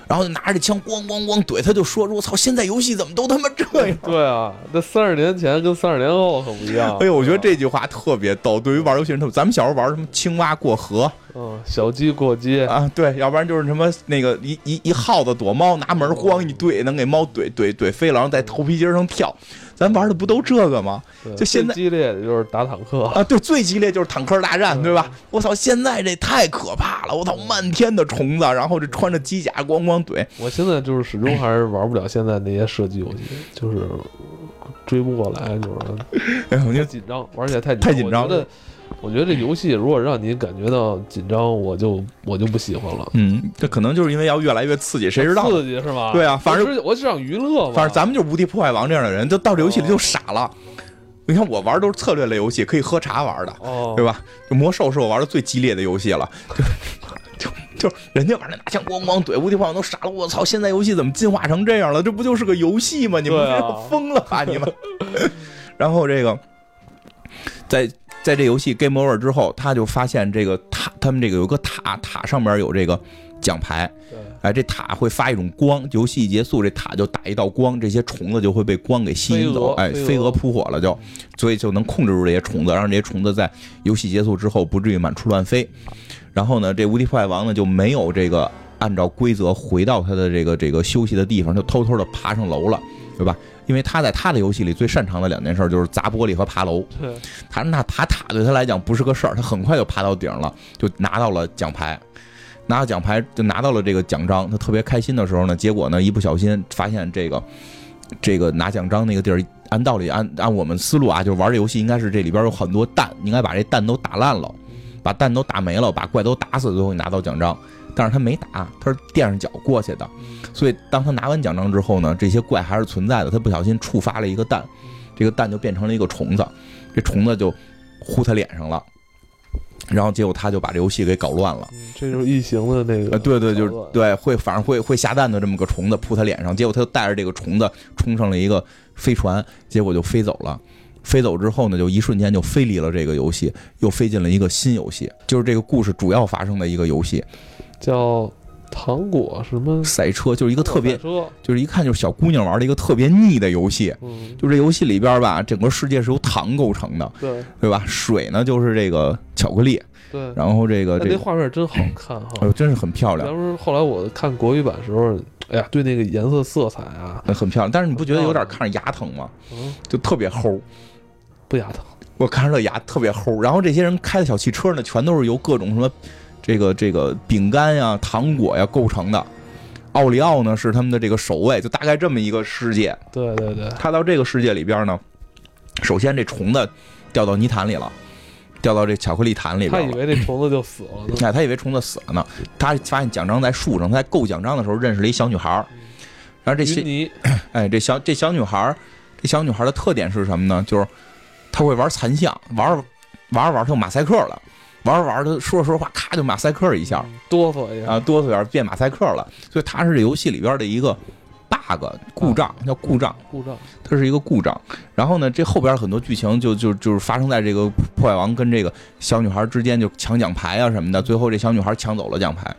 S2: 然后就拿着这枪咣咣咣怼，他就说：“我操，现在游戏怎么都他妈这样？”
S1: 对啊，那三十年前跟三十年后很不一样。
S2: 哎呦，我觉得这句话特别逗。对于玩游戏人特别，咱们小时候玩什么青蛙过河，
S1: 嗯，小鸡过街，
S2: 啊，对，要不然就是什么那个一一一耗子躲猫，拿门咣一怼，能给猫怼怼怼飞了，然后在头皮筋上跳。咱玩的不都这个吗？
S1: 对
S2: 就现在
S1: 最激烈的就是打坦克，
S2: 啊，对，最激烈就是坦克大战，对吧？我操，现在这太可怕了！我操，漫天的虫子，然后这穿着机甲咣咣怼。
S1: 我现在就是始终还是玩不了现在那些射击游戏，就是追不过来，就是
S2: 哎呦，我觉
S1: 太
S2: 得
S1: 紧张，玩起来太
S2: 太紧张
S1: 我觉得，我觉得这游戏如果让你感觉到紧张，我就我就不喜欢了。
S2: 嗯，这可能就是因为要越来越刺激，谁知道呢？
S1: 刺激是吧？
S2: 对啊反正
S1: 我只我只想娱乐嘛。
S2: 反正咱们就是无敌破坏王这样的人，就到这游戏里就傻了。你看我玩都是策略类游戏，可以喝茶玩的。
S1: 哦，
S2: 对
S1: 吧？
S2: 吧？就魔兽是我玩的最激烈的游戏了，就就就人家玩那拿枪咣咣怼，无敌炮都傻了，我操！现在游戏怎么进化成这样了？这不就是个游戏吗？你们
S1: 对啊
S2: 这要疯了吧你们？ 然后这个在在这游戏 game over 之后，他就发现这个塔，他们这个有个塔，塔上面有这个奖牌，哎，这塔会发一种光，游戏一结束，这塔就打一道光，这些虫子就会被光给吸引
S1: 飞蛾
S2: 走，哎，
S1: 飞蛾
S2: 飞蛾扑火了就，所以就能控制住这些虫子，让这些虫子在游戏结束之后不至于满处乱飞。然后呢，这无敌破坏王呢就没有这个按照规则回到他的这个这个休息的地方，就偷偷的爬上楼了，对吧？因为他在他的游戏里最擅长的两件事就是砸玻璃和爬楼。
S1: 对，
S2: 他那爬塔对他来讲不是个事儿，他很快就爬到顶了，就拿到了奖牌，拿到奖牌就拿到了这个奖章，他特别开心的时候呢，结果呢一不小心发现这个这个拿奖章那个地儿，按道理按按我们思路啊，就是玩这游戏应该是这里边有很多蛋，应该把这蛋都打烂了，把蛋都打没了，把怪都打死，最后你拿到奖章，但是他没打，他是垫着脚过去的，所以当他拿完奖章之后呢，这些怪还是存在的，他不小心触发了一个蛋，
S1: 嗯
S2: 这个蛋就变成了一个虫子，这虫子就呼他脸上了。然后结果他就把这游戏给搞乱了。
S1: 嗯这就是异形的那
S2: 呃，
S1: 个，
S2: 对对，就是
S1: 搞乱
S2: 对，会反正会会下蛋的这么个虫子扑他脸上，结果他就带着这个虫子冲上了一个飞船，结果就飞走了。飞走之后呢，就一瞬间就飞离了这个游戏，又飞进了一个新游戏，就是这个故事主要发生的一个游戏
S1: 叫糖果什么
S2: ——赛车，就是一个特别，
S1: 车，
S2: 就是一看就是小姑娘玩的一个特别腻的游戏。
S1: 嗯，
S2: 就这游戏里边吧，整个世界是由糖构成的，
S1: 对
S2: 对吧？水呢就是这个巧克力，
S1: 对。
S2: 然后这个
S1: 但
S2: 这
S1: 那
S2: 个，
S1: 画面真好看哈
S2: 哎，呦，真是很漂亮
S1: 要，是后来我看国语版的时候，哎呀，对那个颜色色彩啊，
S2: 很漂亮。但是你不觉得有点看着牙疼吗？
S1: 嗯，
S2: 就特别齁。
S1: 不牙疼。
S2: 我看着乐牙特别齁。然后这些人开的小汽车呢，全都是由各种什么这个这个饼干呀、糖果呀构成的。奥利奥呢是他们的这个守卫，就大概这么一个世界。
S1: 对对对，
S2: 他到这个世界里边呢，首先这虫子掉到泥潭里了，掉到这巧克力潭里
S1: 他
S2: 边
S1: 以
S2: 了。
S1: 为那虫子就死了呢。
S2: 哎，他以为虫子死了呢。他发现奖章在树上，他在够奖章的时候认识了一小女孩儿。然后这些
S1: 云泥
S2: 哎，这小这小女孩，儿，这小女孩儿的特点是什么呢？就是她会玩残像，玩儿玩儿玩儿她就马赛克了，玩儿玩儿她说着说着话，咔就马赛克一下
S1: 嗯哆嗦一下，
S2: 啊，哆嗦一下变马赛克了。所以她是这游戏里边的一个 bug 故障，叫故障，
S1: 故障。
S2: 它是一个故障。然后呢，这后边很多剧情就就就是发生在这个破坏王跟这个小女孩之间，就抢奖牌啊什么的。最后这小女孩抢走了奖牌。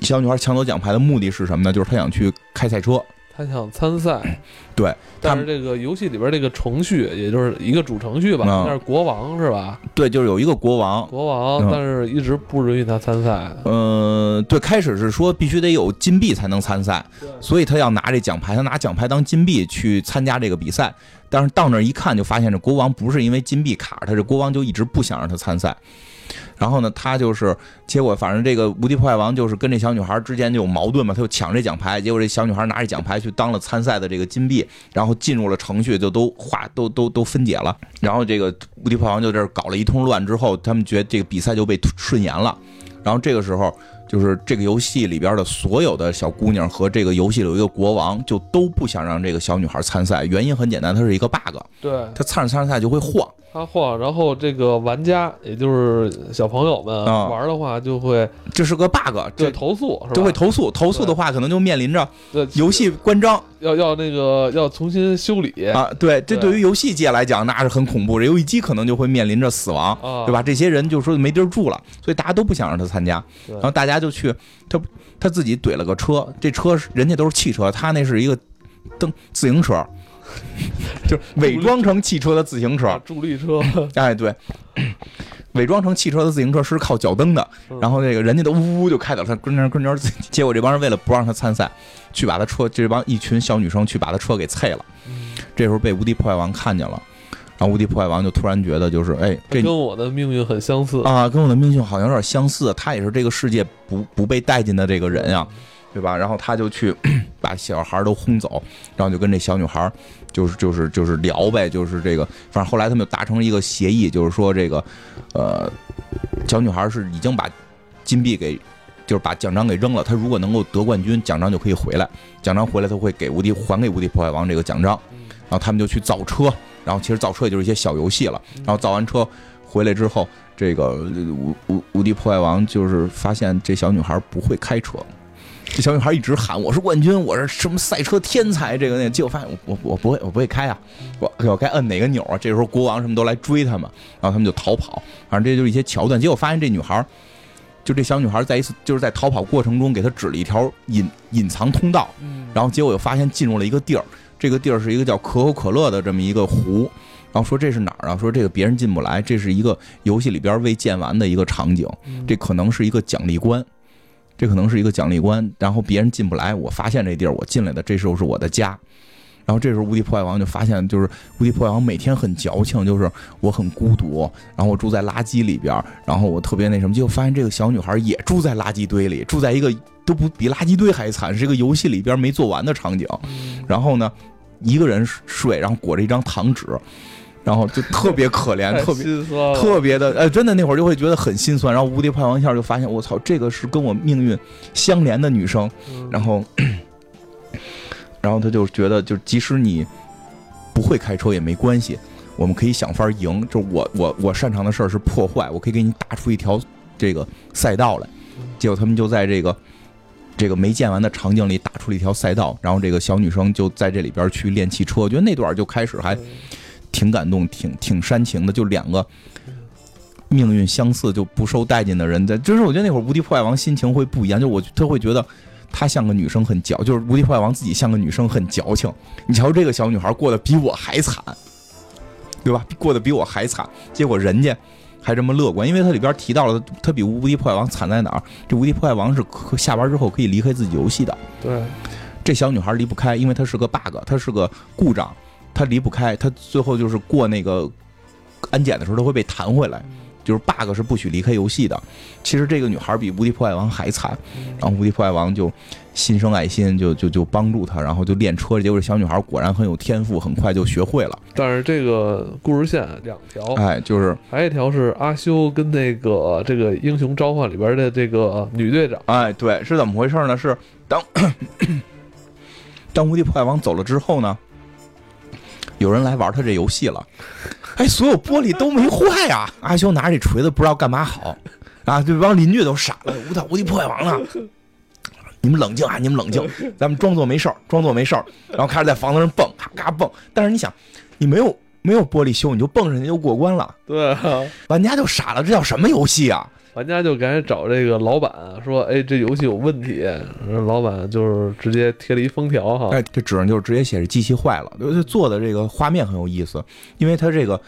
S2: 小女孩抢走奖牌的目的是什么呢？就是她想去开赛车。
S1: 他想参赛，
S2: 对，
S1: 但
S2: 他
S1: 是这个游戏里边这个程序，也就是一个主程序吧，
S2: 嗯
S1: 那是国王是吧？
S2: 对，就是有一个国王，
S1: 国王
S2: 嗯，
S1: 但是一直不允许他参赛。
S2: 呃，对，开始是说必须得有金币才能参赛，所以他要拿这奖牌，他拿奖牌当金币去参加这个比赛。但是到那儿一看，就发现这国王不是因为金币卡着他，这国王就一直不想让他参赛。然后呢，他就是结果，反正这个无敌破坏王就是跟这小女孩之间就有矛盾嘛，他就抢这奖牌，结果这小女孩拿着奖牌去当了参赛的这个金币，然后进入了程序，就都化都都都分解了。然后这个无敌破坏王就这儿搞了一通乱之后，他们觉得这个比赛就被顺延了。然后这个时候，就是这个游戏里边的所有的小姑娘和这个游戏里有一个国王，就都不想让这个小女孩参赛。原因很简单，它是一个 bug，
S1: 对，
S2: 她参着参着赛就会晃。
S1: 他晃，然后这个玩家，也就是小朋友们
S2: 啊
S1: 玩的话，就会
S2: 这是个 bug，
S1: 对
S2: 这
S1: 投诉，是
S2: 就
S1: 吧
S2: 会？投诉。投诉的话，可能就面临着
S1: 对
S2: 游戏关张
S1: 要要那个要重新修理
S2: 啊。对，这
S1: 对
S2: 对于游戏界来讲，那是很恐怖。这游戏机可能就会面临着死亡，
S1: 啊
S2: 对吧？这些人就说没地儿住了，所以大家都不想让他参加。
S1: 对
S2: 然后大家就去他他自己怼了个车，这车是人家都是汽车，他那是一个蹬自行车， 就是伪装成汽车的自行
S1: 啊
S2: 车。
S1: 助力车，
S2: 哎，对，伪装成汽车的自行车是靠脚蹬的，
S1: 嗯
S2: 然后这个人家都呜呜就开走了，他跟着跟着，结果这帮人为了不让他参赛，去把他车这帮一群小女生去把他车给碎了。
S1: 嗯
S2: 这时候被无敌破坏王看见了，然后无敌破坏王就突然觉得就是哎，这
S1: 跟我的命运很相似。
S2: 啊，跟我的命运好像有点相似，他也是这个世界不不被待见的这个人呀、对吧？然后他就去 把小孩儿都轰走，然后就跟这小女孩儿就是就是就是聊呗，就是这个，反正后来他们就达成了一个协议，就是说这个，呃，小女孩儿是已经把金币给。就是把奖章给扔了，她如果能够得冠军，奖章就可以回来。奖章回来，她会给无敌还给无敌破坏王这个奖章。
S1: 嗯
S2: 然后他们就去造车，然后其实造车也就是一些小游戏了。然后造完车回来之后，这个呃无无无敌破坏王就是发现这小女孩不会开车，这小女孩一直喊我是冠军，我是什么赛车天才，这个那个，结果发现我我我不会我不会开啊，我我该摁哪个钮啊？这时候国王什么都来追他们，然后他们就逃跑，反正这就是一些桥段。结果发现这女孩。就这小女孩在一次就是在逃跑过程中给她指了一条隐隐藏通道，
S1: 嗯，
S2: 然后结果又发现进入了一个地儿，这个地儿是一个叫可口可乐的这么一个湖，然后说这是哪儿啊？说这个别人进不来，这是一个游戏里边未建完的一个场景，
S1: 嗯
S2: 这可能是一个奖励关，这可能是一个奖励关，然后别人进不来，我发现这地儿我进来的，这时候是我的家。然后这时候无敌破坏王就发现，就是无敌破坏王每天很矫情，就是我很孤独，然后我住在垃圾里边，然后我特别那什么，结果发现这个小女孩也住在垃圾堆里，住在一个都不比垃圾堆还惨，是一个游戏里边没做完的场景。
S1: 嗯
S2: 然后呢，一个人睡，然后裹着一张糖纸，然后就特别可怜，
S1: 太
S2: 特别
S1: 心酸了，
S2: 特别的，呃，真的那会儿就会觉得很心酸。然后无敌破坏王一下就发现，我操，这个是跟我命运相连的女生。
S1: 嗯
S2: 然后，然后他就觉得，就即使你不会开车也没关系，我们可以想法赢。就是我我我擅长的事儿是破坏，我可以给你打出一条这个赛道来。结果他们就在这个这个没建完的场景里打出了一条赛道，然后这个小女生就在这里边去练汽车。我觉得那段就开始
S1: 嗯
S2: 还挺感动，挺挺煽情的，就两个。命运相似就不受待见的人，在就是我觉得那会儿《无敌破坏王》心情会不一样，就是我他会觉得他像个女生很矫，就是《无敌破坏王》自己像个女生很矫情。你瞧这个小女孩过得比我还惨，对吧？过得比我还惨，结果人家还这么乐观，因为它里边提到了他比《无敌破坏王》惨在哪儿？这《无敌破坏王》是可下班之后可以离开自己游戏的，
S1: 对，
S2: 这小女孩离不开，因为她是个 bug，她是个故障，她离不开，她最后就是过那个安检的时候，她会被弹回来。就是 bug 是不许离开游戏的。其实这个女孩比无敌破坏王还惨，然后无敌破坏王就心生爱心，就就就帮助她，然后就练车。结果这小女孩果然很有天赋，很快就学会了。
S1: 但是这个故事线两条，
S2: 哎，就是
S1: 还有一条是阿修跟那个这个《英雄召唤》里边的这个女队长，
S2: 哎，对，是怎么回事呢？是当 当无敌破坏王走了之后呢，有人来玩他这游戏了，哎，所有玻璃都没坏呀、阿修拿着这锤子不知道干嘛好，啊，这帮邻居都傻了，我操，无敌破坏王了。你们冷静啊！你们冷静，咱们装作没事儿，装作没事儿，然后开始在房子上蹦，咔咔蹦。但是你想，你没有没有玻璃修，你就蹦上去就过关了，
S1: 对啊，
S2: 玩家就傻了，这叫什么游戏啊？
S1: 玩家就赶紧找这个老板说，哎，这游戏有问题，然后老板就是直接贴了一封条哈，
S2: 哎，这纸上就是直接写着机器坏了，就是做的这个画面很有意思，因为它这个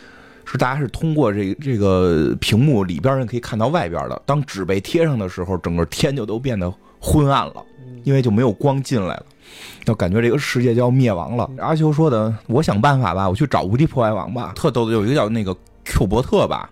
S2: 是大家是通过这这个屏幕里边人可以看到外边的。当纸被贴上的时候，整个天就都变得昏暗了，
S1: 嗯
S2: 因为就没有光进来了，就感觉这个世界就要灭亡了。阿修说的，我想办法吧，我去找无敌破坏王吧。特逗的有一个叫那个 Q 伯特吧，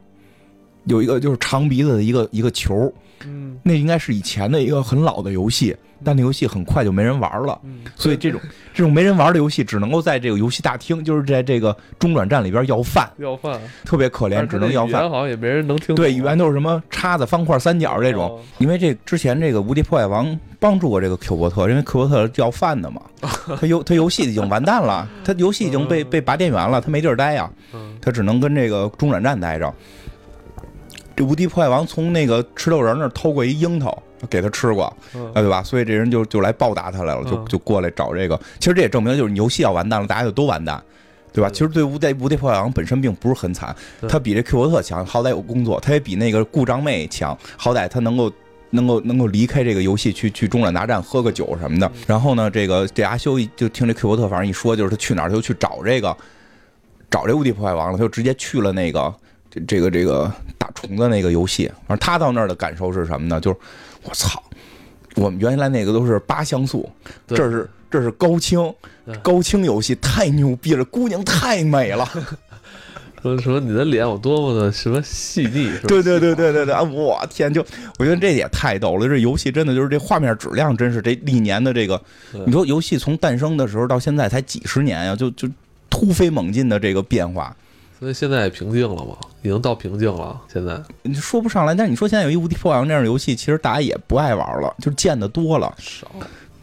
S2: 有一个就是长鼻子的一个一个球，
S1: 嗯
S2: 那应该是以前的一个很老的游戏，但那游戏很快就没人玩了。
S1: 嗯，
S2: 所以这种这种没人玩的游戏，只能够在这个游戏大厅，就是在这个中转站里边要饭，
S1: 要饭，
S2: 特别可怜，只能要
S1: 语言
S2: 饭。
S1: 好像也没人能听懂，啊
S2: 对，语言都是什么叉子、方块、三角这种。
S1: 哦
S2: 因为这之前这个无敌破坏王帮助过这个 Q 伯特，因为 Q 伯特是要 饭的嘛，他游他游戏已经完蛋了，他游戏已经被被拔电源了，他没地儿待呀、
S1: 嗯
S2: 他只能跟这个中转站待着。这无敌破坏王从那个吃豆人那儿偷过一樱桃，给他吃过，
S1: 嗯
S2: 啊，对吧？所以这人就就来报答他来了，就
S1: 嗯
S2: 就过来找这个。其实这也证明，就是你游戏要完蛋了，大家就都完蛋，对吧？
S1: 对
S2: 其实对无敌无敌破坏王本身并不是很惨，
S1: 对
S2: 他比这 Q 伯特强，好歹有工作；他也比那个故障妹强，好歹他能够。能够能够离开这个游戏去去中转大站喝个酒什么的，
S1: 嗯
S2: 然后呢，这个这阿修一就听这 Q 伯特反正一说，就是他去哪儿他就去找这个找这无敌破坏王了，他就直接去了那个这这个这个打虫子那个游戏。反正他到那儿的感受是什么呢？就是我操，我们原来那个都是八像素，
S1: 对
S2: 这是这是高清
S1: 对，
S2: 高清游戏太牛逼了，姑娘太美 了，
S1: 说什么你的脸有多么的什么细腻，是吧
S2: 对对对对对对，啊我天，就我觉得这也太逗了，这游戏真的就是这画面质量，真是这历年的这个
S1: 对，
S2: 你说游戏从诞生的时候到现在才几十年呀、就就突飞猛进的这个变化，
S1: 所以现在也平静了嘛，已经到平静了，现在
S2: 你说不上来。但是你说现在有一《无敌破坏王》这样的游戏，其实大家也不爱玩了，就是见得多了。
S1: 少，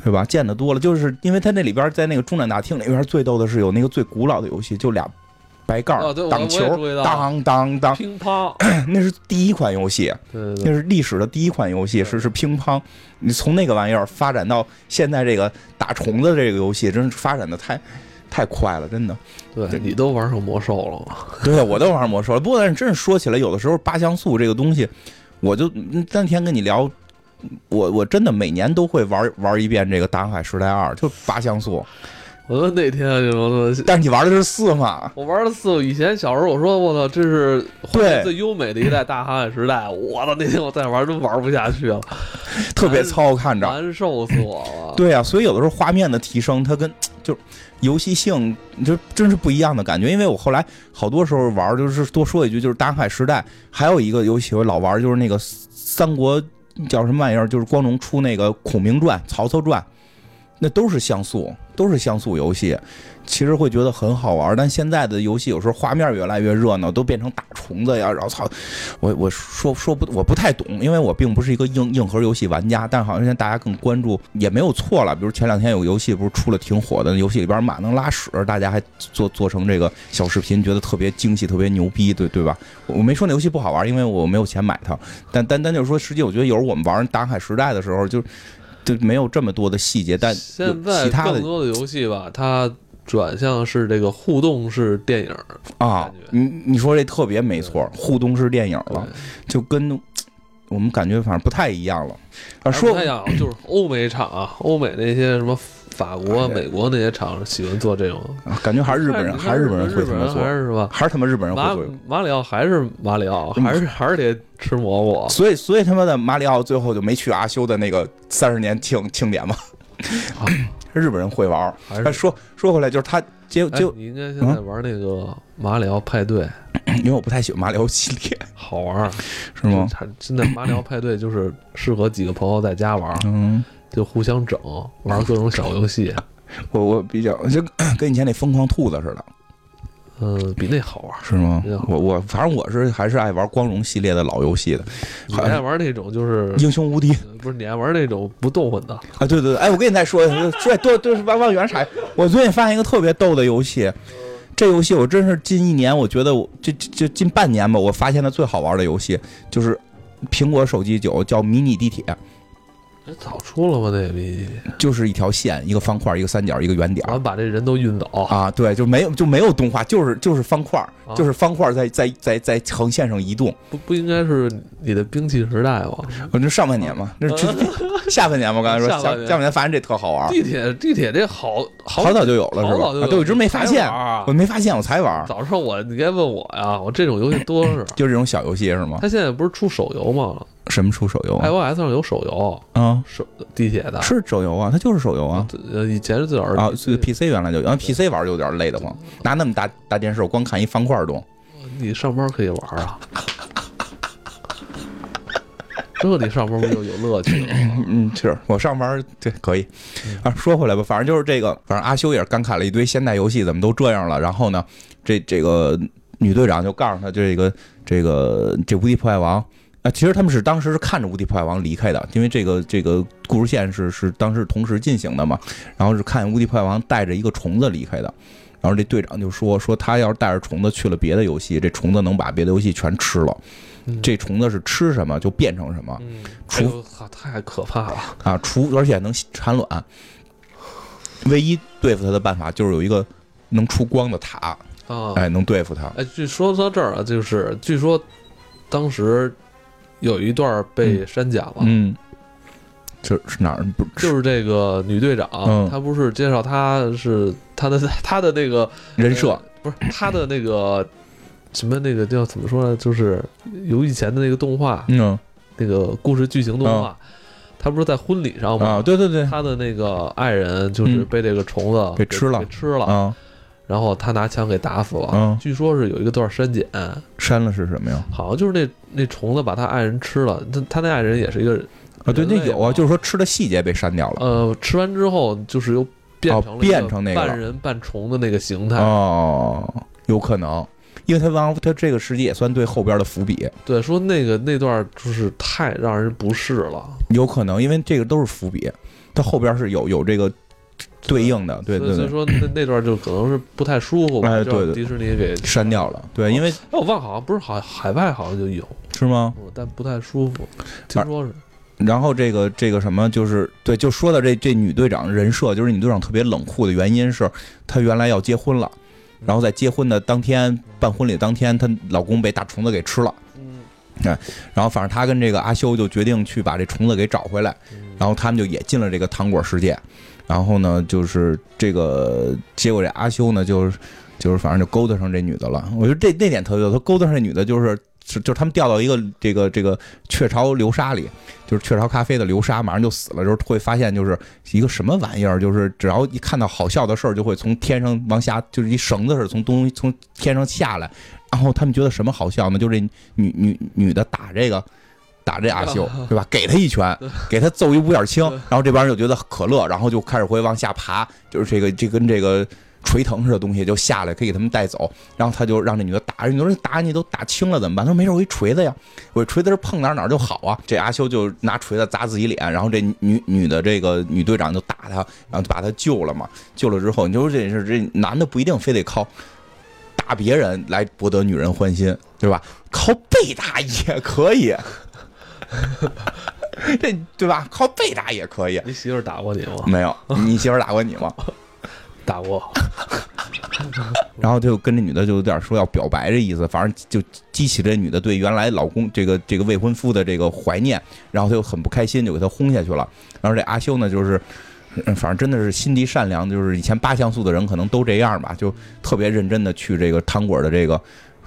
S2: 对吧？见得多了，就是因为它那里边在那个中展大厅里边最逗的是有那个最古老的游戏，就俩白盖儿
S1: 哦对我
S2: 挡
S1: 我也
S2: 球
S1: 注意，到
S2: 当当当，
S1: 乒乓，
S2: 那是第一款游戏，
S1: 对对
S2: 那
S1: 对，
S2: 是历史的第一款游戏，是是乒乓。你从那个玩意儿发展到现在这个打虫子这个游戏，真是发展的太太快了，真的。
S1: 对你都玩上魔兽了嘛，
S2: 对，我都玩魔兽了。不过，但是真是说起来，有的时候八像素这个东西，我就嗯那天跟你聊，我我真的每年都会玩玩一遍这个《大航海时代二》，就八像素。
S1: 我说那天就说
S2: 但是你玩的是四嘛？
S1: 我玩了四五，以前小时候我说我操，这是怀念
S2: 对
S1: 最优美的一代大航海时代，我操，那天我再玩真玩不下去了，
S2: 特别糙，看着。
S1: 难受死我了。
S2: 对啊，所以有的时候画面的提升，它跟就是游戏性就真是不一样的感觉。因为我后来好多时候玩，就是多说一句，就是《大航海时代》，还有一个游戏我老玩，就是那个三国叫什么玩意儿，就是光荣出那个《孔明传》《曹操传》，那都是像素，都是像素游戏，其实会觉得很好玩。但现在的游戏有时候画面越来越热闹，都变成打虫子呀，然后操，我我说说不，我不太懂，因为我并不是一个硬硬核游戏玩家。但好像现在大家更关注，也没有错了。比如前两天有个游戏不是出了挺火的，那游戏里边马能拉屎，大家还做做成这个小视频，觉得特别精细，特别牛逼，对对吧？我没说那游戏不好玩，因为我没有钱买它。但但但就是说，实际我觉得有时候我们玩《大航海时代》的时候，就就没有这么多的细节，但有
S1: 现在
S2: 其他的
S1: 更多的游戏吧，它转向是这个互动式电影儿，
S2: 啊
S1: 感觉，
S2: 你你说这特别没错，互动式电影了，就跟我们感觉反正不太一样了。啊，
S1: 说
S2: 说
S1: 哎太像就是欧美厂啊，欧美那些什么法国、
S2: 哎
S1: 美国那些厂喜欢做这种，
S2: 啊感觉还是日本人，
S1: 你
S2: 还
S1: 看
S2: 是
S1: 日
S2: 日本人会
S1: 日
S2: 他
S1: 本
S2: 妈
S1: 人还
S2: 做，
S1: 是什么
S2: 还是他妈日本人会
S1: 马
S2: 做。
S1: 马里奥还是马里奥，
S2: 嗯
S1: 还是还是得吃蘑菇。
S2: 所以，所以他妈的马里奥最后就没去阿修的那个三十年庆庆典嘛。
S1: 啊
S2: 日本人会玩儿
S1: 还是。
S2: 哎说说回来，就是嗯他结
S1: 哎
S2: 结，，
S1: 你应该现在玩那个马里奥派对，
S2: 因为我不太喜欢马里奥系列，
S1: 好玩儿
S2: 是吗？？
S1: 它现在马里奥派对就是适合几个朋友在家玩儿，
S2: 嗯，
S1: 就互相整，玩各种小游戏，
S2: 我我比较就 跟以前那疯狂兔子似的，
S1: 嗯，比那好玩儿。
S2: 是吗
S1: 比较好？
S2: 我我反正我是还是爱玩光荣系列的老游戏的，
S1: 你
S2: 好像
S1: 爱玩那种就是
S2: 英雄无敌
S1: 不是你爱玩那种不动混的，
S2: 啊，对对对，哎，我跟你再说一下，说多多忘忘原产。我最近发现一个特别逗的游戏，这游戏我真是近一年，我觉得我这这这近半年吧，我发现的最好玩的游戏就是苹果手机九叫迷你地铁，
S1: 这哎早出了吗？那比
S2: 就是一条线，一个方块，一个三角，一个圆点
S1: 咱。们把这人都运走，
S2: 啊，对，就没有就没有动画，就是就是方块儿
S1: 啊，
S2: 就是方块儿在在在在横线上移动。
S1: 不不应该是你的兵器时代吗？
S2: 我这上半年嘛，那这 下半年嘛，我刚才说
S1: 嗯下
S2: 下
S1: 半年
S2: 下半年发现这特好玩儿，
S1: 地铁地铁这好好
S2: 啊好早就有了
S1: 好
S2: 是
S1: 早就
S2: 吧？
S1: 有
S2: 啊对，我一直没发
S1: 还
S2: 现
S1: 玩，啊
S2: 我没发现我才玩儿，
S1: 早上我你该问我呀，我这种游戏多是。
S2: 就这种小游戏是吗？
S1: 他现在不是出手游吗
S2: 什么出手游啊？
S1: ？iOS 上有手游，
S2: 啊，
S1: 手地铁的。
S2: 是手游啊，它就是手游啊。
S1: 呃，以前是最早是
S2: 啊，这 PC 原来就有，然后 PC 玩儿就有点累得慌，拿那么大大电视，我光看一方块儿动。
S1: 你上班可以玩啊。 这你上班不就有乐趣了 吗？
S2: 嗯，是我上班儿对可以啊。说回来吧，反正就是这个，反正阿修也是感慨了一堆现代游戏怎么都这样了。然后呢，这这个女队长就告诉他，这个这个这无敌破坏王啊，其实他们是当时是看着无敌破坏王离开的，因为这个这个故事线是是当时同时进行的嘛。然后是看无敌破坏王带着一个虫子离开的。然后这队长就说说他要是带着虫子去了别的游戏，这虫子能把别的游戏全吃了。
S1: 嗯
S2: 这虫子是吃什么就变成什么。
S1: 嗯，哎
S2: 除
S1: 呦，操太可怕了。
S2: 啊，除而且能产卵。唯一对付它的办法就是有一个能出光的塔，
S1: 啊，
S2: 哎，能对付它。
S1: 哎，据说到这儿啊，就是据说当时有一段被删减了，
S2: 嗯，这是哪儿？不
S1: 就是是这个女队长，
S2: 嗯
S1: 她不是介绍她是她的 她的那个
S2: 人设
S1: 呃，不是她的那个什么那个叫怎么说呢？就是由以前的那个动画，
S2: 嗯
S1: 那个故事剧情动画，她不是在婚礼上吗？
S2: 啊，对对对，
S1: 她的那个爱人就是
S2: 嗯
S1: 被这个虫子
S2: 给吃了
S1: 给吃了，
S2: 啊，
S1: 然后她拿枪给打死了。
S2: 嗯
S1: 据说是有一个段删减，
S2: 删了是什么呀？
S1: 好像就是那那虫子把他爱人吃了，他他那爱人也是一个
S2: 啊，对，那
S1: 人类
S2: 有啊，
S1: 嘛
S2: 就是说吃的细节被删掉了。
S1: 呃，吃完之后就是又变成了、
S2: 哦变成那个了
S1: 半人半虫的那个形态。
S2: 哦，有可能，因为他王他这个实际也算对后边的伏笔，
S1: 对，说那个那段就是太让人不适了，
S2: 有可能，因为这个都是伏笔，它后边是有有这个对应的，对
S1: 所以
S2: 对
S1: 所以
S2: 对，
S1: 说那那段就可能是不太舒服吧，
S2: 哎
S1: 就让
S2: 对对
S1: 迪士尼给
S2: 删掉了，对，因为
S1: 哎，我忘了好像不是好海外好像就有，
S2: 是吗？
S1: 嗯但不太舒服，听说是
S2: 然后这个这个什么，就是对，就说到这这女队长人设，就是女队长特别冷酷的原因是，她原来要结婚了，然后在结婚的当天办婚礼当天，她老公被大虫子给吃了，
S1: 嗯，
S2: 然后反正她跟这个阿修就决定去把这虫子给找回来，
S1: 嗯
S2: 然后他们就也进了这个糖果世界，然后呢，就是这个结果这阿修呢，就是就是反正就勾搭上这女的了。我觉得这那点特别逗，他勾搭上这女的就是。是，就是他们掉到一个这个这个雀巢流沙里，就是雀巢咖啡的流沙，马上就死了。就是会发现，就是一个什么玩意儿，就是只要一看到好笑的事儿，就会从天上往下，就是一绳子似的从东从天上下来。然后他们觉得什么好笑呢？就这女女女的打这个打这阿修，对吧？给他一拳，给他揍一五点青，然后这帮人就觉得可乐，然后就开始会往下爬，就是这个这跟这个锤藤似的东西就下来，可以给他们带走。然后他就让这女的打，你说打你都打青了怎么办？他说没事，我一锤子呀，我锤子碰哪儿哪儿就好啊。这阿修就拿锤子砸自己脸，然后这女女的这个女队长就打他，然后就把他救了嘛。救了之后，你就说这是这男的不一定非得靠打别人来博得女人欢心，对吧？靠被打也可以， 这对吧？靠被打也可以。
S1: 你媳妇儿打过你吗？
S2: 没有，你媳妇儿打过你吗？
S1: 打过，
S2: 然后他就跟这女的就有点说要表白这意思，反正就激起这女的对原来老公这个这个未婚夫的这个怀念，然后他就很不开心，就给他轰下去了。然后这阿修呢，就是嗯反正真的是心地善良，就是以前八像素的人可能都这样吧，就特别认真的去这个汤果的这个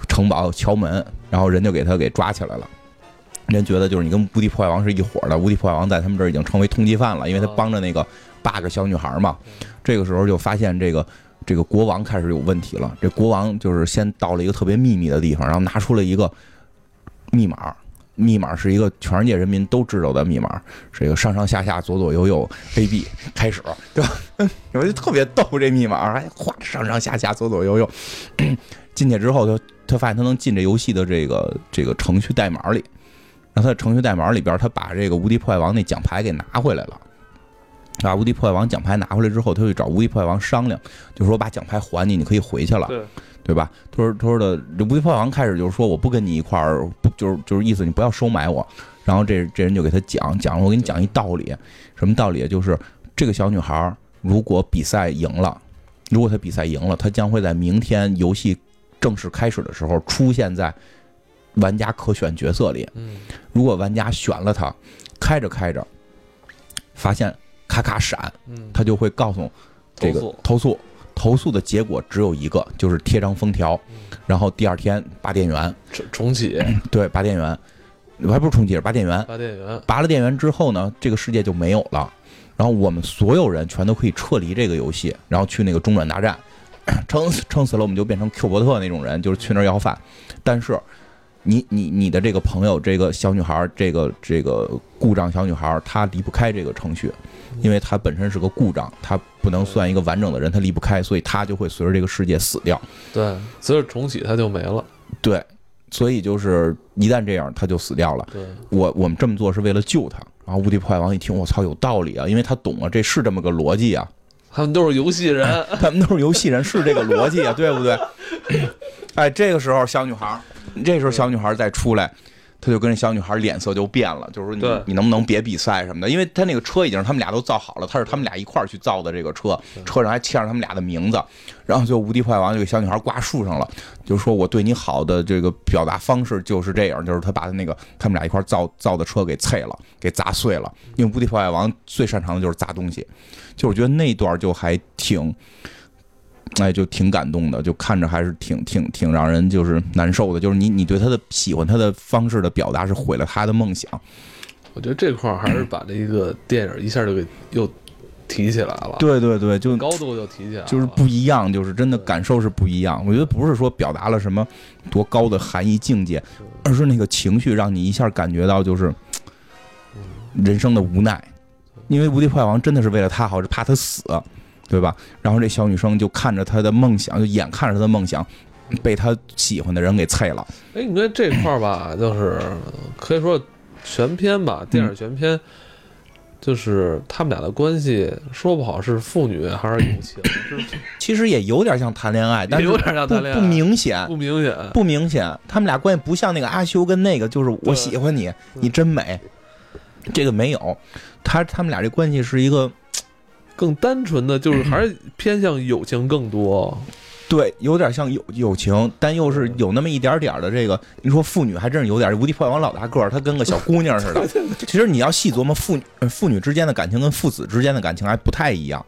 S2: 城堡敲门，然后人就给他给抓起来了。人觉得就是你跟无敌破坏王是一伙的，无敌破坏王在他们这儿已经成为通缉犯了，因为他
S1: 哦
S2: 帮着那个八个小女孩嘛。这个时候就发现这个这个国王开始有问题了。这国王就是先到了一个特别秘密的地方，然后拿出了一个密码，密码是一个全世界人民都知道的密码，是一个上上下下左左右右 A B 开始，对吧？ 我就特别逗这密码，还哗上上下下左左右右。 进去之后，他他发现他能进这游戏的这个这个程序代码里，然后他的程序代码里边，他把这个无敌破坏王那奖牌给拿回来了。把无敌破坏王奖牌拿回来之后，他就去找无敌破坏王商量，就说我把奖牌还你，你可以回去了。
S1: 对，
S2: 对吧？他说他说的，这无敌破坏王开始就是说我不跟你一块儿，不就是就是意思你不要收买我。然后这这人就给他讲讲，我给你讲一道理，什么道理？啊就是这个小女孩儿如果比赛赢了，如果她比赛赢了，她将会在明天游戏正式开始的时候出现在玩家可选角色里。
S1: 嗯，
S2: 如果玩家选了她，开着开着发现咔咔闪，
S1: 嗯，
S2: 他就会告诉这个
S1: 投诉
S2: 投诉，投诉的结果只有一个，就是贴张封条，
S1: 嗯
S2: 然后第二天拔电源，
S1: 重重 启，
S2: 对，拔电源，还不是重启，是拔电源。
S1: 发电源，
S2: 拔了电源之后呢，这个世界就没有了，然后我们所有人全都可以撤离这个游戏，然后去那个中转大站，撑死撑死了我们就变成 Q 伯特那种人，就是去那儿要饭。但是你你你的这个朋友，这个小女孩，这个这个故障小女孩，她离不开这个程序，因为她本身是个故障，她不能算一个完整的人，她离不开，所以她就会随着这个世界死掉。
S1: 对，随着重启它就没了，
S2: 对，所以就是一旦这样，她就死掉了。
S1: 对，
S2: 我我们这么做是为了救他。然后无敌破坏王一听，我操，有道理啊，因为他懂啊，这是这么个逻辑啊，
S1: 他们都是游戏人，
S2: 他们都是游戏人，是这个逻辑啊，对不 对？哎，这个时候小女孩儿，这时候小女孩儿再出来，她就跟这小女孩儿脸色就变了，就是说你
S1: 对
S2: 你能不能别比赛什么的？因为她那个车已经是他们俩都造好了，她是他们俩一块儿去造的这个车，车上还签上他们俩的名字。然后就无敌破坏王就给小女孩挂树上了，就说我对你好的这个表达方式就是这样，就是他把他那个他们俩一块儿造造的车给碎了，给砸碎了。因为无敌破坏王最擅长的就是砸东西，就我觉得那一段就还挺。哎，就挺感动的，就看着还是挺挺挺让人就是难受的，就是你你对他的喜欢他的方式的表达是毁了他的梦想，
S1: 我觉得这块儿还是把这个电影一下就给又提起来了，
S2: 对对对，就
S1: 高度就提起来了，
S2: 就是不一样，就是真的感受是不一样。我觉得不是说表达了什么多高的含义境界，而是那个情绪让你一下感觉到就是人生的无奈，因为无敌破坏王真的是为了他好，是怕他死，对吧？然后这小女生就看着她的梦想，就眼看着她的梦想被她喜欢的人给碎了。
S1: 哎，你说这块儿吧，就是可以说全篇
S2: 嗯
S1: 吧，电影全篇，就是他们俩的关系，说不好是父女还是友 情，就是
S2: 其实也有点像谈恋哎爱，但是
S1: 有点像
S2: 不
S1: 谈恋爱，
S2: 不明显，
S1: 不明显，
S2: 不明显，他们俩关系不像那个阿修跟那个，就是我
S1: 对嗯
S2: 喜欢你，你真美，这个没有，他他们俩这关系是一个
S1: 更单纯的就是还是偏向友情更多。
S2: 对，有点像友友情，但又是有那么一点点儿的这个，你说妇女还真是有点儿无敌破坏王老大个儿，他跟个小姑娘 似的。其实你要细琢磨，父女呃父女之间的感情跟父子之间的感情还不太一样。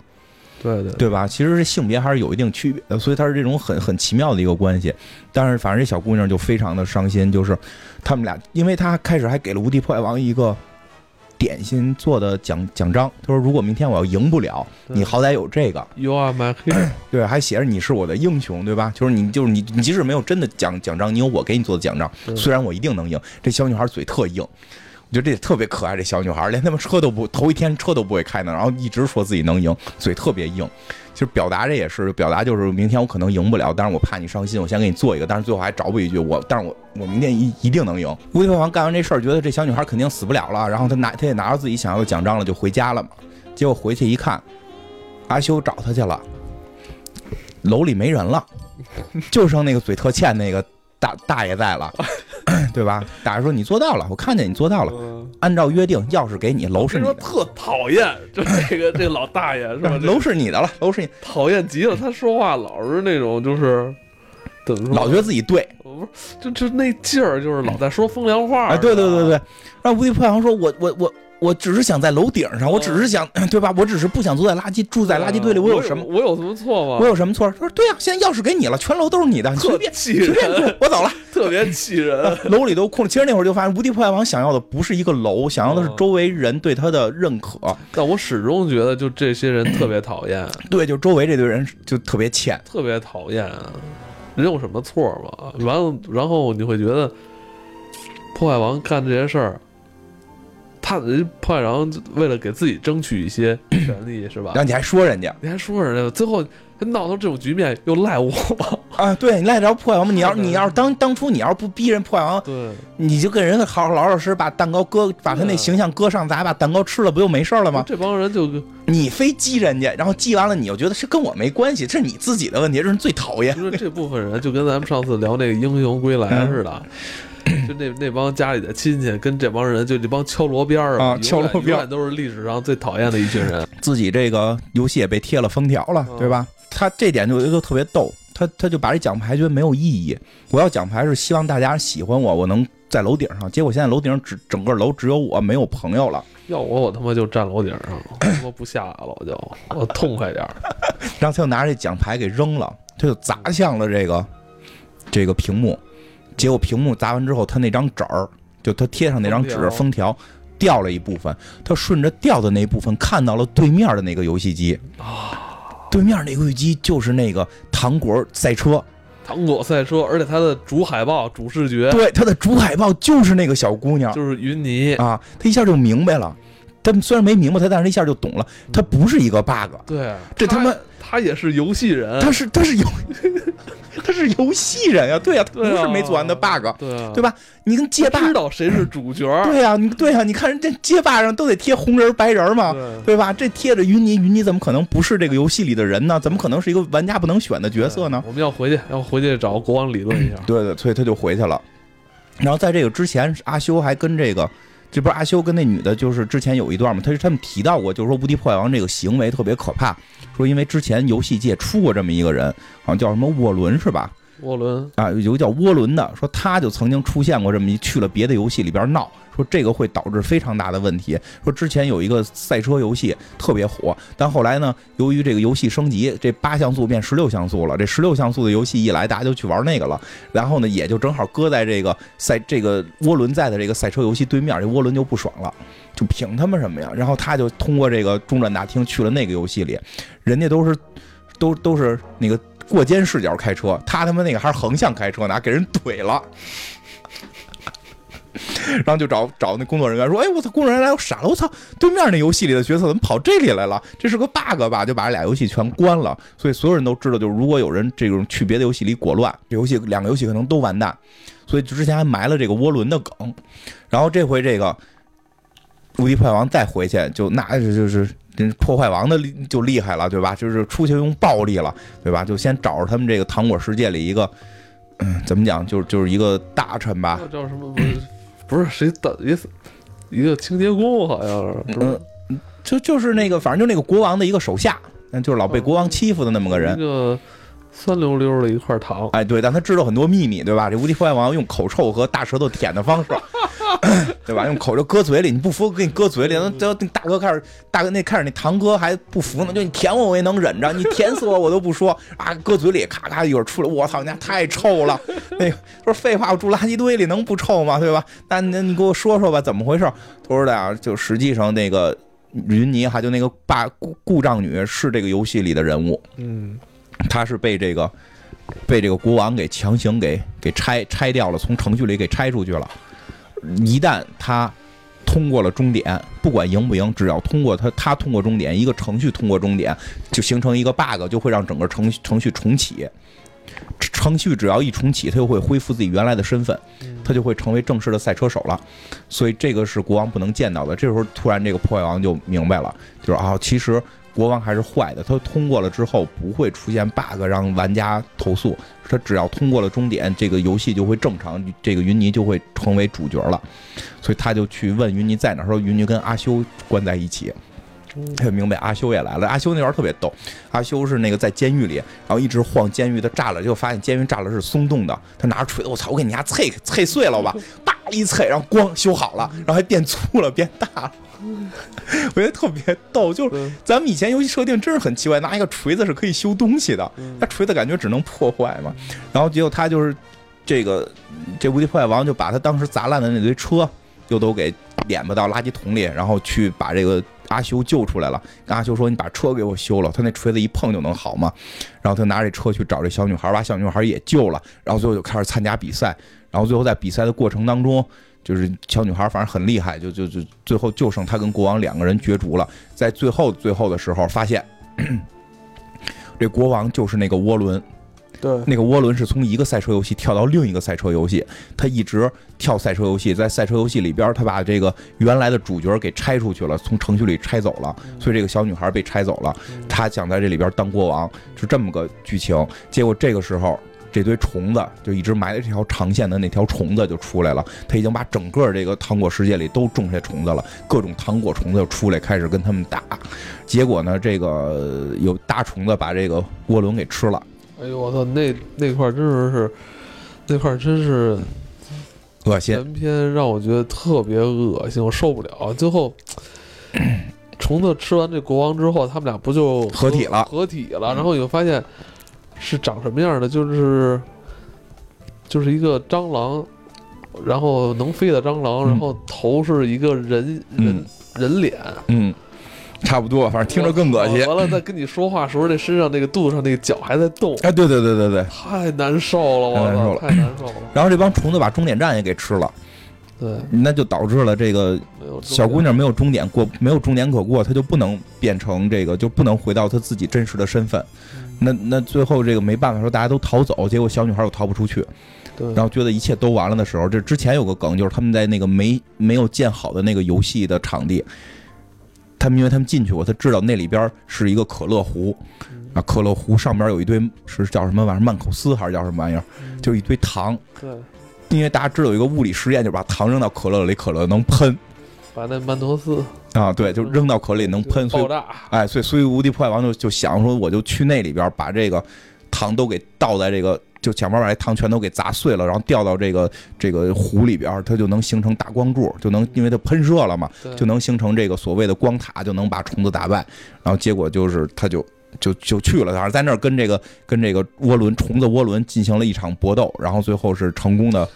S1: 对对，
S2: 对吧？其实这性别还是有一定区别的，所以它是这种很很奇妙的一个关系。但是反正这小姑娘就非常的伤心，就是他们俩，因为她开始还给了无敌破坏王一个点心做的奖奖章，她说如果明天我要赢不了，
S1: 对
S2: 你好歹有这个，
S1: You are my hero，
S2: 对，还写着你是我的英雄，对吧？就是你就是你，你即使没有真的奖奖章，你有我给你做的奖章，
S1: 对
S2: 虽然我一定能赢。这小女孩嘴特硬，觉得这也特别可爱，这小女孩连他妈车都不头一天车都不会开呢，然后一直说自己能赢，嘴特别硬。其实表达这也是表达，就是明天我可能赢不了，但是我怕你伤心，我先给你做一个，但是最后还找补一句我，但是我我明天一一定能赢。乌托邦干完这事儿，觉得这小女孩肯定死不了了，然后他拿他也拿着自己想要的奖章了，就回家了嘛。结果回去一看，阿修找他去了，楼里没人了，就剩那个嘴特欠那个大大爷在了， 对吧？大爷说你做到了，我看见你做到了，
S1: 嗯，
S2: 按照约定，钥匙给你，楼是
S1: 这
S2: 你
S1: 说
S2: 的，
S1: 特讨厌， 就这个这老大爷是吧？这
S2: 楼是你的了，楼是你，
S1: 讨厌极了，他说话老是那种就是怎么说，
S2: 老觉得自己对。
S1: 不是就就那劲儿，就是老在说风凉话。
S2: 哎，对对对
S1: 是吧，
S2: 对，让无敌破墙说，我我我我只是想在楼顶上，我只是想， 对吧？我只是不想坐在垃圾住在垃圾堆里，
S1: 我
S2: 我有什么
S1: 嗯我有什么错吗？
S2: 我有什么错？他说对呀、现在钥匙给你了，全楼都是你的，你随
S1: 特
S2: 便
S1: 气
S2: 随便
S1: 人，
S2: 住，我走了。
S1: 特别气 人。
S2: 楼里都空了。其实那会儿就发现，无敌破坏王想要的不是一个楼，想要的是周围人对他的认可。
S1: 但我始终觉得，就这些人特别讨厌，
S2: 对，就周围这堆人就特别欠。
S1: 特别讨厌。人有什么错吗？完了，然后你会觉得破坏王干这些事儿，他人破坏王为了给自己争取一些权利，是吧
S2: 然？后你还说人家
S1: 你还说人家，最后还闹到这种局面，又赖我。
S2: 啊，对你赖着破坏王吗？你要
S1: 对
S2: 你要是当当初你要是不逼人破坏王，
S1: 对，
S2: 你就跟人家好好老老实实把蛋糕搁，把他
S1: 对
S2: 那
S1: 啊
S2: 形象搁上，咱俩把蛋糕吃了，不就没事儿了吗？
S1: 这帮人就
S2: 你非激人家，然后激完了你又觉得是跟我没关系，这是你自己的问题，这是最讨厌
S1: 就是这部分人，就跟咱们上次聊那个《英雄归来》似的，
S2: 嗯
S1: 就那那帮家里的亲戚跟这帮人，就这帮敲锣边儿
S2: 啊
S1: 永远
S2: 敲锣边儿
S1: 永远都是历史上最讨厌的一群人。
S2: 自己这个游戏也被贴了封条了，
S1: 嗯
S2: 对吧？他这点就就特别逗，他他就把这奖牌觉得没有意义。我要奖牌是希望大家喜欢我，我能在楼顶上。结果现在楼顶上只整个楼只有我，没有朋友了。
S1: 要我，我他妈就站楼顶上了，我他妈不下来了，我就我痛快点儿。
S2: 然后他就拿着这奖牌给扔了，他就砸向了这个这个屏幕。结果屏幕砸完之后，他那张纸儿，就他贴上那张纸封
S1: 封
S2: 条掉了一部分，他顺着掉的那一部分看到了对面的那个游戏机对面那个游戏机就是那个糖果赛车，
S1: 糖果赛车，而且它的主海报、主视觉
S2: 对，它的主海报就是那个小姑娘
S1: 就是云泥，
S2: 啊，他一下就明白了。他虽然没明白他，但是一下就懂了，他不是一个 bug，
S1: 对，
S2: 这他妈
S1: 他也是游戏人，
S2: 他是他是游 他是游戏人呀、对呀、他
S1: 对
S2: 不
S1: 啊
S2: 是没做完的 bug，
S1: 对啊，
S2: 对吧？你跟街
S1: 他
S2: 霸，
S1: 知道谁是主角，
S2: 对呀、你对呀、啊你看人家街霸上都得贴红人儿白人儿嘛，
S1: 对
S2: 啊
S1: 啊
S2: 对吧？这贴着云泥，云泥怎么可能不是这个游戏里的人呢？怎么可能是一个玩家不能选的角色呢？
S1: 啊我们要回去，要回去找国王理论一 下。
S2: 对对，所以他就回去了。然后在这个之前，阿修还跟这个，这不是阿修跟那女的，就是之前有一段嘛，他是他们提到过，就是说无敌破坏王这个行为特别可怕，说因为之前游戏界出过这么一个人，好像叫什么沃伦是吧？
S1: 沃伦，
S2: 啊，有个叫涡轮的，说他就曾经出现过这么一去了别的游戏里边闹，说这个会导致非常大的问题。说之前有一个赛车游戏特别火，但后来呢，由于这个游戏升级，这八像素变十六像素了。这十六像素的游戏一来，大家就去玩那个了。然后呢，也就正好搁在这个赛这个涡轮在的这个赛车游戏对面，这涡轮就不爽了，就凭他们什么呀？然后他就通过这个中转大厅去了那个游戏里，人家都是都都是那个过肩视角开车，他他妈那个还是横向开车呢，给人怼了。然后就找找那工作人员说：“哎，我操！工作人员来，我傻了！我操！对面那游戏里的角色怎么跑这里来了？这是个 bug 吧？”就把这俩游戏全关了。所以所有人都知道，就是如果有人这种去别的游戏里裹乱，这游戏两个游戏可能都完蛋。所以之前还埋了这个涡轮的梗，然后这回这个无敌破坏王再回去，就那就是就是这破坏王的厉就厉害了，对吧？就是出去用暴力了，对吧？就先找着他们这个糖果世界里一个，嗯，怎么讲，就是就是一个大臣吧，
S1: 那叫什么？不是，不是谁的一一个清洁工，好像是，是吧
S2: 嗯就就是那个，反正就那个国王的一个手下，嗯，就是老被国王欺负的那么个人
S1: 一。个酸溜溜的一块糖，
S2: 哎，对，但他知道很多秘密，对吧？这无敌破坏王用口臭和大舌头舔的方式， 对吧？用口就搁嘴里，你不服给你搁嘴里。那最后那大哥开始，大哥那开始那堂哥还不服呢，就你舔我我也能忍着，你舔死我我都不说啊！搁嘴里咔咔一会儿出来，我操，你家太臭了。那个说废话，我住垃圾堆里能不臭吗？对吧？那那你给我说说吧，怎么回事？他说的啊，就实际上那个云妮还就那个霸故故障女是这个游戏里的人物，
S1: 嗯，
S2: 他是被这个被这个国王给强行给给拆拆掉了，从程序里给拆出去了。一旦他通过了终点，不管赢不赢，只要通过它，它通过终点，一个程序通过终点，就形成一个 bug，就会让整个程序程序重启。程序只要一重启，它就会恢复自己原来的身份，它就会成为正式的赛车手了。所以这个是国王不能见到的。这时候突然这个破坏王就明白了，就是啊，其实国王还是坏的。他通过了之后不会出现 bug 让玩家投诉，他只要通过了终点，这个游戏就会正常，这个云尼就会成为主角了。所以他就去问云尼在哪儿，说云尼跟阿修关在一起。他就明白阿修也来了。阿修那玩意儿特别逗，阿修是那个在监狱里，然后一直晃监狱的栅栏，就发现监狱栅栏是松动的。他拿着锤子，我操，我给你家脆脆碎了吧！叭一脆，然后咣修好了，然后还变粗了，变大了。 我觉得特别逗，就是
S1: 嗯
S2: 咱们以前游戏设定真是很奇怪，拿一个锤子是可以修东西的，
S1: 嗯
S2: 那锤子感觉只能破坏嘛。然后结果他就是这个这无敌破坏王就把他当时砸烂的那堆车又都给敛吧到垃圾桶里，然后去把这个阿修救出来了。跟阿修说：“你把车给我修了。”他那锤子一碰就能好吗？然后他拿着车去找这小女孩，把小女孩也救了，然后最后就开始参加比赛。然后最后在比赛的过程当中，就是小女孩反正很厉害，就就就最后就剩她跟国王两个人角逐了。在最后最后的时候，发现这国王就是那个涡轮，
S1: 对，
S2: 那个涡轮是从一个赛车游戏跳到另一个赛车游戏，他一直跳赛车游戏，在赛车游戏里边，他把这个原来的主角给拆出去了，从程序里拆走了，所以这个小女孩被拆走了，她想在这里边当国王，是这么个剧情。结果这个时候。这堆虫子就一直埋在这条长线的那条虫子就出来了，他已经把整个这个糖果世界里都种下虫子了，各种糖果虫子就出来开始跟他们打，结果呢，这个呃有大虫子把这个涡轮给吃了，
S1: 哎呦我操，那那块儿真是是，那块儿真是
S2: 恶心。
S1: 全篇让我觉得特别恶心，我受不了。最 后，虫子吃完这国王之后，他们俩不就
S2: 合体了嗯
S1: 合体了，然后你就发现是长什么样的，就是就是一个蟑螂，然后能飞的蟑螂，
S2: 嗯
S1: 然后头是一个人人
S2: 嗯
S1: 人脸，
S2: 嗯，差不多，反正听着更恶心
S1: 我。完了，在跟你说话时候，那身上那个肚子上那个脚还在 动，
S2: 哎，对对对对对。
S1: 太难受了，我
S2: 太难受
S1: 操，
S2: 了
S1: 太难受了。
S2: 然后这帮虫子把终点站也给吃了，
S1: 对，
S2: 那就导致了这个
S1: 没有
S2: 小姑娘没有终点过，没有终点可过，她就不能变成这个，就不能回到她自己真实的身份。
S1: 嗯
S2: 那那最后这个没办法说大家都逃走，结果小女孩又逃不出去，
S1: 对，
S2: 然后觉得一切都完了的时候，这之前有个梗，就是他们在那个没没有建好的那个游戏的场地，他们因为他们进去过，他知道那里边是一个可乐湖，啊，可乐湖上边有一堆是叫什么玩意儿，曼口斯还是叫什么玩意儿，就是一堆糖，
S1: 嗯对，
S2: 因为大家知道有一个物理实验，就是把糖扔到可乐里，可乐能喷
S1: 把那曼陀斯
S2: 啊，对，就扔到可乐里能喷，所以
S1: 爆炸，
S2: 哎，所以所以无敌破坏王就就想说，我就去那里边把这个糖都给倒在这个，就想办法把这糖全都给砸碎了，然后掉到这个这个湖里边，它就能形成大光柱，就能因为它喷射了嘛，
S1: 对
S2: 就能形成这个所谓的光塔，就能把虫子打败。然后结果就是他就。就就去了，反正在那儿跟这个跟这个涡轮虫子涡轮进行了一场搏斗，然后最后是成功的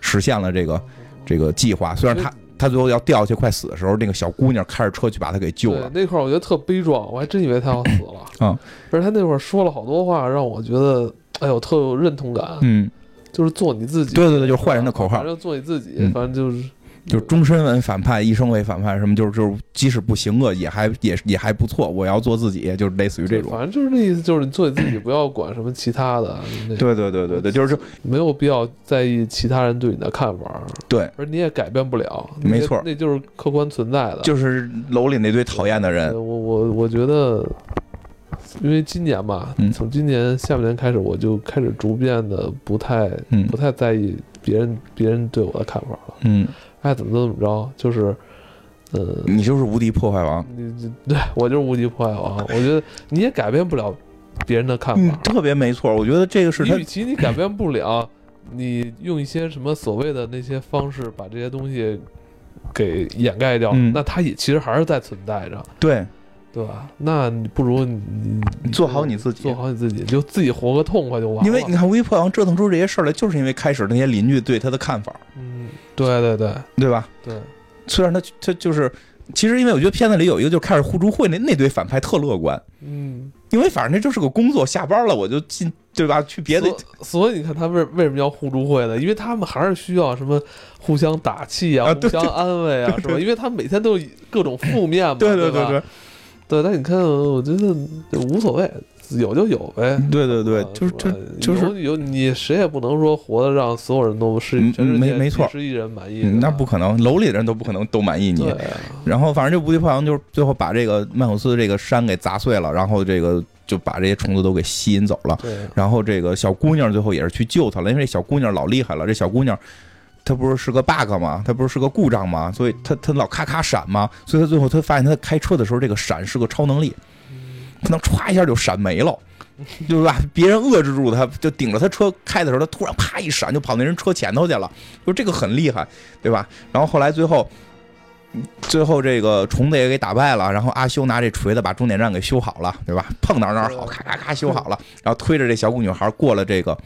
S2: 实现了这
S1: 嗯
S2: 个这个计划。虽然他他最后要掉下去快死的时候，那个小姑娘开着车去把他给救
S1: 对
S2: 了。
S1: 那块儿我觉得特悲壮，我还真以为他要死了。
S2: 嗯，
S1: 而且他那会儿说了好多话，让我觉得，哎呦，特有认同感。
S2: 嗯，
S1: 就是做你自己，
S2: 对对对，就是坏人的口号
S1: 反，正做你自己，
S2: 嗯
S1: 反正就是
S2: 就是终身为反派，一生为反派，什么就是就是，即使不行恶，也还也也还不错。我要做自己，就是类似于这种。
S1: 反正就是那意思，就是你做你自己，不要管什么其他的，那
S2: 对对对对对，就是这
S1: 没有必要在意其他人对你的看法，
S2: 对，
S1: 而你也改变不了，
S2: 没
S1: 那
S2: 错儿
S1: 那就是客观存在的。
S2: 就是楼里那堆讨厌的
S1: 呃
S2: 人。
S1: 我我我觉得，因为今年吧，
S2: 嗯
S1: 从今年下半年开始，我就开始逐渐的不太
S2: 嗯
S1: 不太在意别人别人对我的看法了，
S2: 嗯，
S1: 爱怎么怎么着，就是，呃，
S2: 你就是无敌破坏王。
S1: 你你对我就是无敌破坏王，我觉得你也改变不了别人的看
S2: 嗯
S1: 法，，
S2: 特别没错，我觉得这个是
S1: 你
S2: 他
S1: 与其你改变不了，你用一些什么所谓的那些方式把这些东西给掩盖掉，
S2: 嗯
S1: 那它也其实还是在存在着，
S2: 对
S1: 对吧？那你不如你你
S2: 做好你自己
S1: 做。好你自己，就自己活个痛快就完了。
S2: 因为你看，无敌破坏王折腾出这些事儿来，就是因为开始那些邻居对他的看法，
S1: 嗯，对对对
S2: 对吧？
S1: 对，
S2: 虽然他他就是，其实因为我觉得片子里有一个就开始互助会那那堆反派特乐观，
S1: 嗯，
S2: 因为反正这就是个工作，下班了我就进，对吧？去别的
S1: 所所以你看他为为什么要互助会呢？因为他们还是需要什么互相打气啊，
S2: 啊
S1: 互
S2: 对
S1: 相安慰啊，是吧？因为他们每天都有各种负面嘛，
S2: 对
S1: 对
S2: 对对
S1: 吧对。但你看，我觉得无所谓，有就有呗。
S2: 对对对
S1: 啊，
S2: 就是
S1: 吧
S2: 就就是
S1: 有有你谁也不能说活得让所有人都是
S2: 嗯
S1: 全世界
S2: 没没错
S1: 十亿人满意的吧，
S2: 嗯那不可能，楼里的人都不可能都满意你
S1: 对。啊
S2: 然后反正这无敌破坏王就是最后把这个曼妥斯这个山给砸碎了，然后这个就把这些虫子都给吸引走了。
S1: 对
S2: 然后这个小姑娘最后也是去救他了，因为这小姑娘老厉害了，这小姑娘。她不是是个 bug 吗？她不是是个故障吗？所以她她老咔咔闪吗？所以她最后她发现她开车的时候，这个闪是个超能力，她能歘一下就闪没了，就是吧？别人遏制住她，就顶着她车开的时候，她突然啪一闪就跑那人车前头去了，就这个很厉害，对吧？然后后来最后，最后这个虫子也给打败了，然后阿修拿这锤子把终点站给修好了，对吧？碰哪儿哪儿好，咔咔咔修好了，然后推着这小女孩过了这个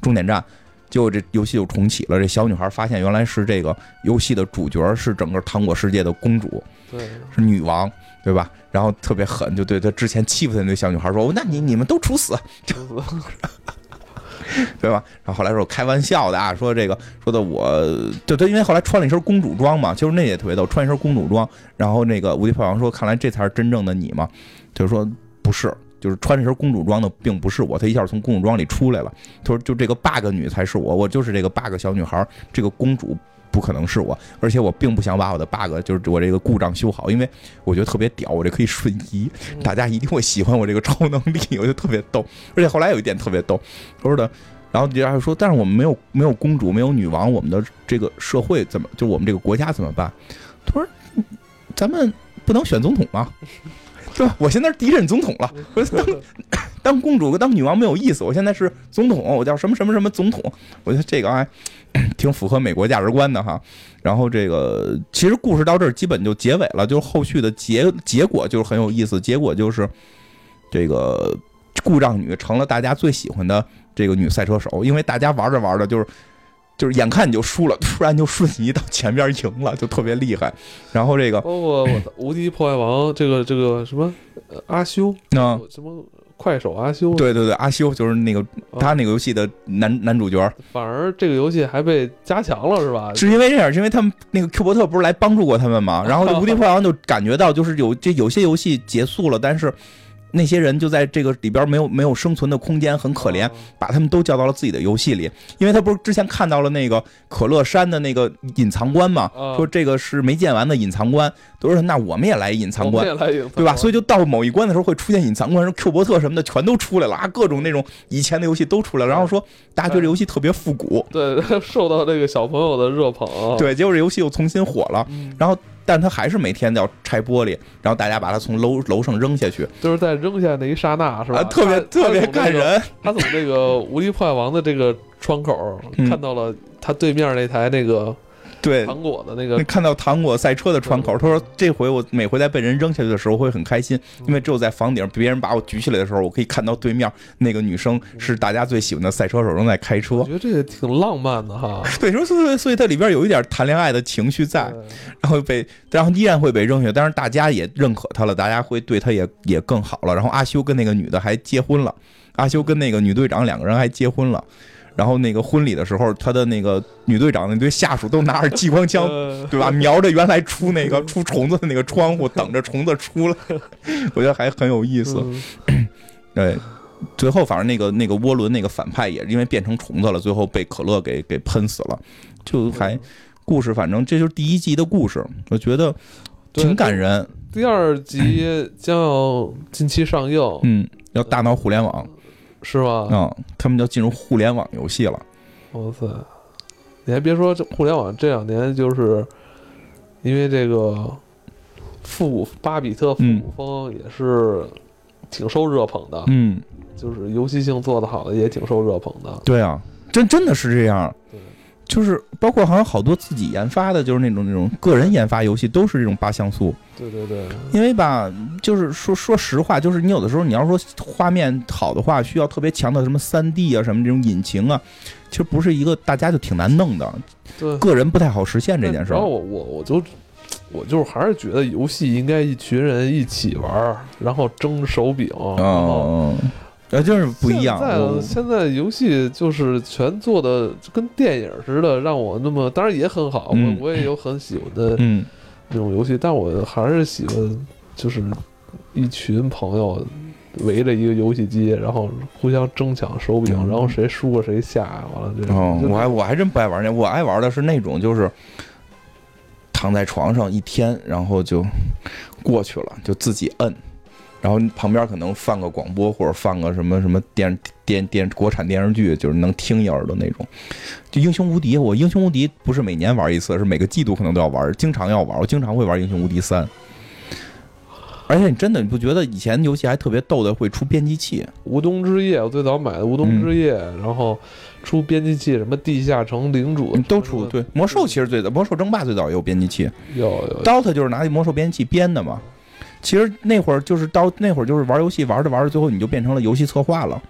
S2: 终点站，结果这游戏就重启了。这小女孩发现原来是这个游戏的主角是整个糖果世界的公主，
S1: 对，
S2: 是女王，对吧？然后特别狠，就对她之前欺负她那小女孩说：“那你你们都处死，
S1: 就是
S2: 对吧？”然后后来说开玩笑的啊，说这个说的我，对对，因为后来穿了一身公主装嘛，就是那也特别逗，穿一身公主装。然后那个无敌破坏王说：“看来这才是真正的你嘛。”就是说不是。就是穿这身公主装的，并不是我。她一下从公主装里出来了。她说：“就这个 bug 女才是我，我就是这个 bug 小女孩儿，这个公主不可能是我。而且我并不想把我的 bug，就是我这个故障修好，因为我觉得特别屌，我这可以瞬移，大家一定会喜欢我这个超能力，我就特别逗。而且后来有一点特别逗，他说的，然后人家还说，但是我们没有没有公主，没有女王，我们的这个社会怎么，就我们这个国家怎么办？他说，咱们不能选总统吗？对吧？我现在是第一任总统了，我说当当公主跟当女王没有意思，我现在是总统，我叫什么什么什么总统，我觉得这个还 挺符合美国价值观的哈。然后这个其实故事到这儿基本就结尾了，就是后续的结结果就是很有意思，结果就是这个故障女成了大家最喜欢的这个女赛车手，因为大家玩着玩着就是。就是眼看你就输了，突然就瞬移到前边赢了，就特别厉害。然后这个，
S1: 包括我的无敌破坏王这个这个什么呃阿修，
S2: 嗯，
S1: 什么快手阿修，
S2: 对对对，阿修就是那个
S1: 啊
S2: 他那个游戏的男男主角，
S1: 反而这个游戏还被加强了，是吧？
S2: 是因为这样，是因为他们那个 Q 伯特不是来帮助过他们嘛？然后这无敌破坏王就感觉到，就是有这有些游戏结束了，但是那些人就在这个里边没有没有生存的空间，很可怜
S1: 啊，，
S2: 把他们都叫到了自己的游戏里。因为他不是之前看到了那个可乐山的那个隐藏关嘛
S1: 啊，
S2: 说这个是没见完的隐藏关，都说那我们也来隐藏关。
S1: 来隐藏
S2: 对吧？
S1: 关
S2: 所以就到某一关的时候会出现隐藏关，什么 Q 伯特什么的全都出来了啊，各种那种以前的游戏都出来了。然后说大家觉得这游戏特别复古，
S1: 对受到这个小朋友的热捧，，
S2: 对，结果这游戏又重新火了。
S1: 嗯，
S2: 然后，但他还是每天要拆玻璃，然后大家把他从楼楼上扔下去，
S1: 就是在扔下那一刹那，是吧？
S2: 啊，特别
S1: 他
S2: 特别感。人。
S1: 他从那个他从那个无敌破坏王的这个窗口
S2: 嗯
S1: 看到了他对面那台那个
S2: 对，
S1: 糖果的那
S2: 那
S1: 个，
S2: 看到糖果赛车的窗口，他说这回我每回在被人扔下去的时候会很开心，
S1: 嗯
S2: 因为只有在房顶别人把我举起来的时候，我可以看到对面那个女生是大家最喜欢的赛车手正在开
S1: 我
S2: 车
S1: 觉。得这个挺浪漫的哈。
S2: 对，所以说所以它里边有一点谈恋爱的情绪 在，
S1: 对
S2: 然后被，然后依然会被扔下去，但是大家也认可他了，大家会对他也也更好了。然后阿修跟那个女的还结婚了，阿修跟那个女队长两个人还结婚了。然后那个婚礼的时候，他的那个女队长那堆下属都拿着激光枪，
S1: 呃
S2: 对吧？瞄着原来出那个出虫子的那个窗户，等着虫子出来，我觉得还很有意思。
S1: 嗯
S2: 对，最后反正那个那个涡轮那个反派也因为变成虫子了，最后被可乐给给喷死了，就
S1: 嗯
S2: 还故事，反正这就是第一季的故事，我觉得
S1: 对
S2: 挺感人。
S1: 第二集将要近期上映，
S2: 嗯，要大闹互联网，
S1: 是吗？
S2: 嗯，他们要进入互联网游戏
S1: 啊
S2: 了。
S1: 哇塞！你还别说，这互联网这两年就是因为这个复古巴比特复古风也是挺受热捧的，
S2: 嗯，
S1: 就是游戏性做得好的也挺受热捧的。
S2: 对啊，真真的是这样
S1: 对。
S2: 就是包括好像好多自己研发的，就是那种那种个人研发游戏，都是这种八像素。
S1: 对对对，
S2: 因为吧，就是说说实话，就是你有的时候你要说画面好的话，需要特别强的什么三 D 啊，什么这种引擎啊，其实不是一个大家就挺难弄的，
S1: 对
S2: 个人不太好实现这件事
S1: 然后
S2: 儿。
S1: 我我我就我就是还是觉得游戏应该一群人一起玩儿，然后争手柄，然后
S2: 嗯，那就是不一样。
S1: 现在
S2: 我
S1: 现在游戏就是全做的跟电影似的，让我那么当然也很好，
S2: 嗯
S1: 我我也有很喜欢的
S2: 嗯
S1: 那种游戏，但我还是喜欢就是一群朋友围着一个游戏机，然后互相争抢手柄，
S2: 嗯
S1: 然后谁输了谁下，完了这种。
S2: 哦，
S1: 就
S2: 我还我还真不爱玩那，我爱玩的是那种就是躺在床上一天，然后就过去了，就自己摁。然后旁边可能放个广播，或者放个什么什么电电电国产电视剧，就是能听一耳朵那种。就《英雄无敌》，我《英雄无敌》不是每年玩一次，是每个季度可能都要玩，经常要玩。我经常会玩《英雄无敌三》，而且你真的你不觉得以前游戏还特别逗的，会出编辑器？
S1: 无冬之夜，我最早买的无冬
S2: 嗯
S1: 之夜，然后出编辑器，什么地下城领主
S2: 嗯
S1: 什么
S2: 都出
S1: 的嗯
S2: 对魔兽其实最早，魔兽争霸最早也有编辑器
S1: 有有
S2: ，DOTA 就是拿魔兽编辑器编的嘛。其实那会儿就是到那会儿就是玩游戏玩着玩着，最后你就变成了游戏策划了。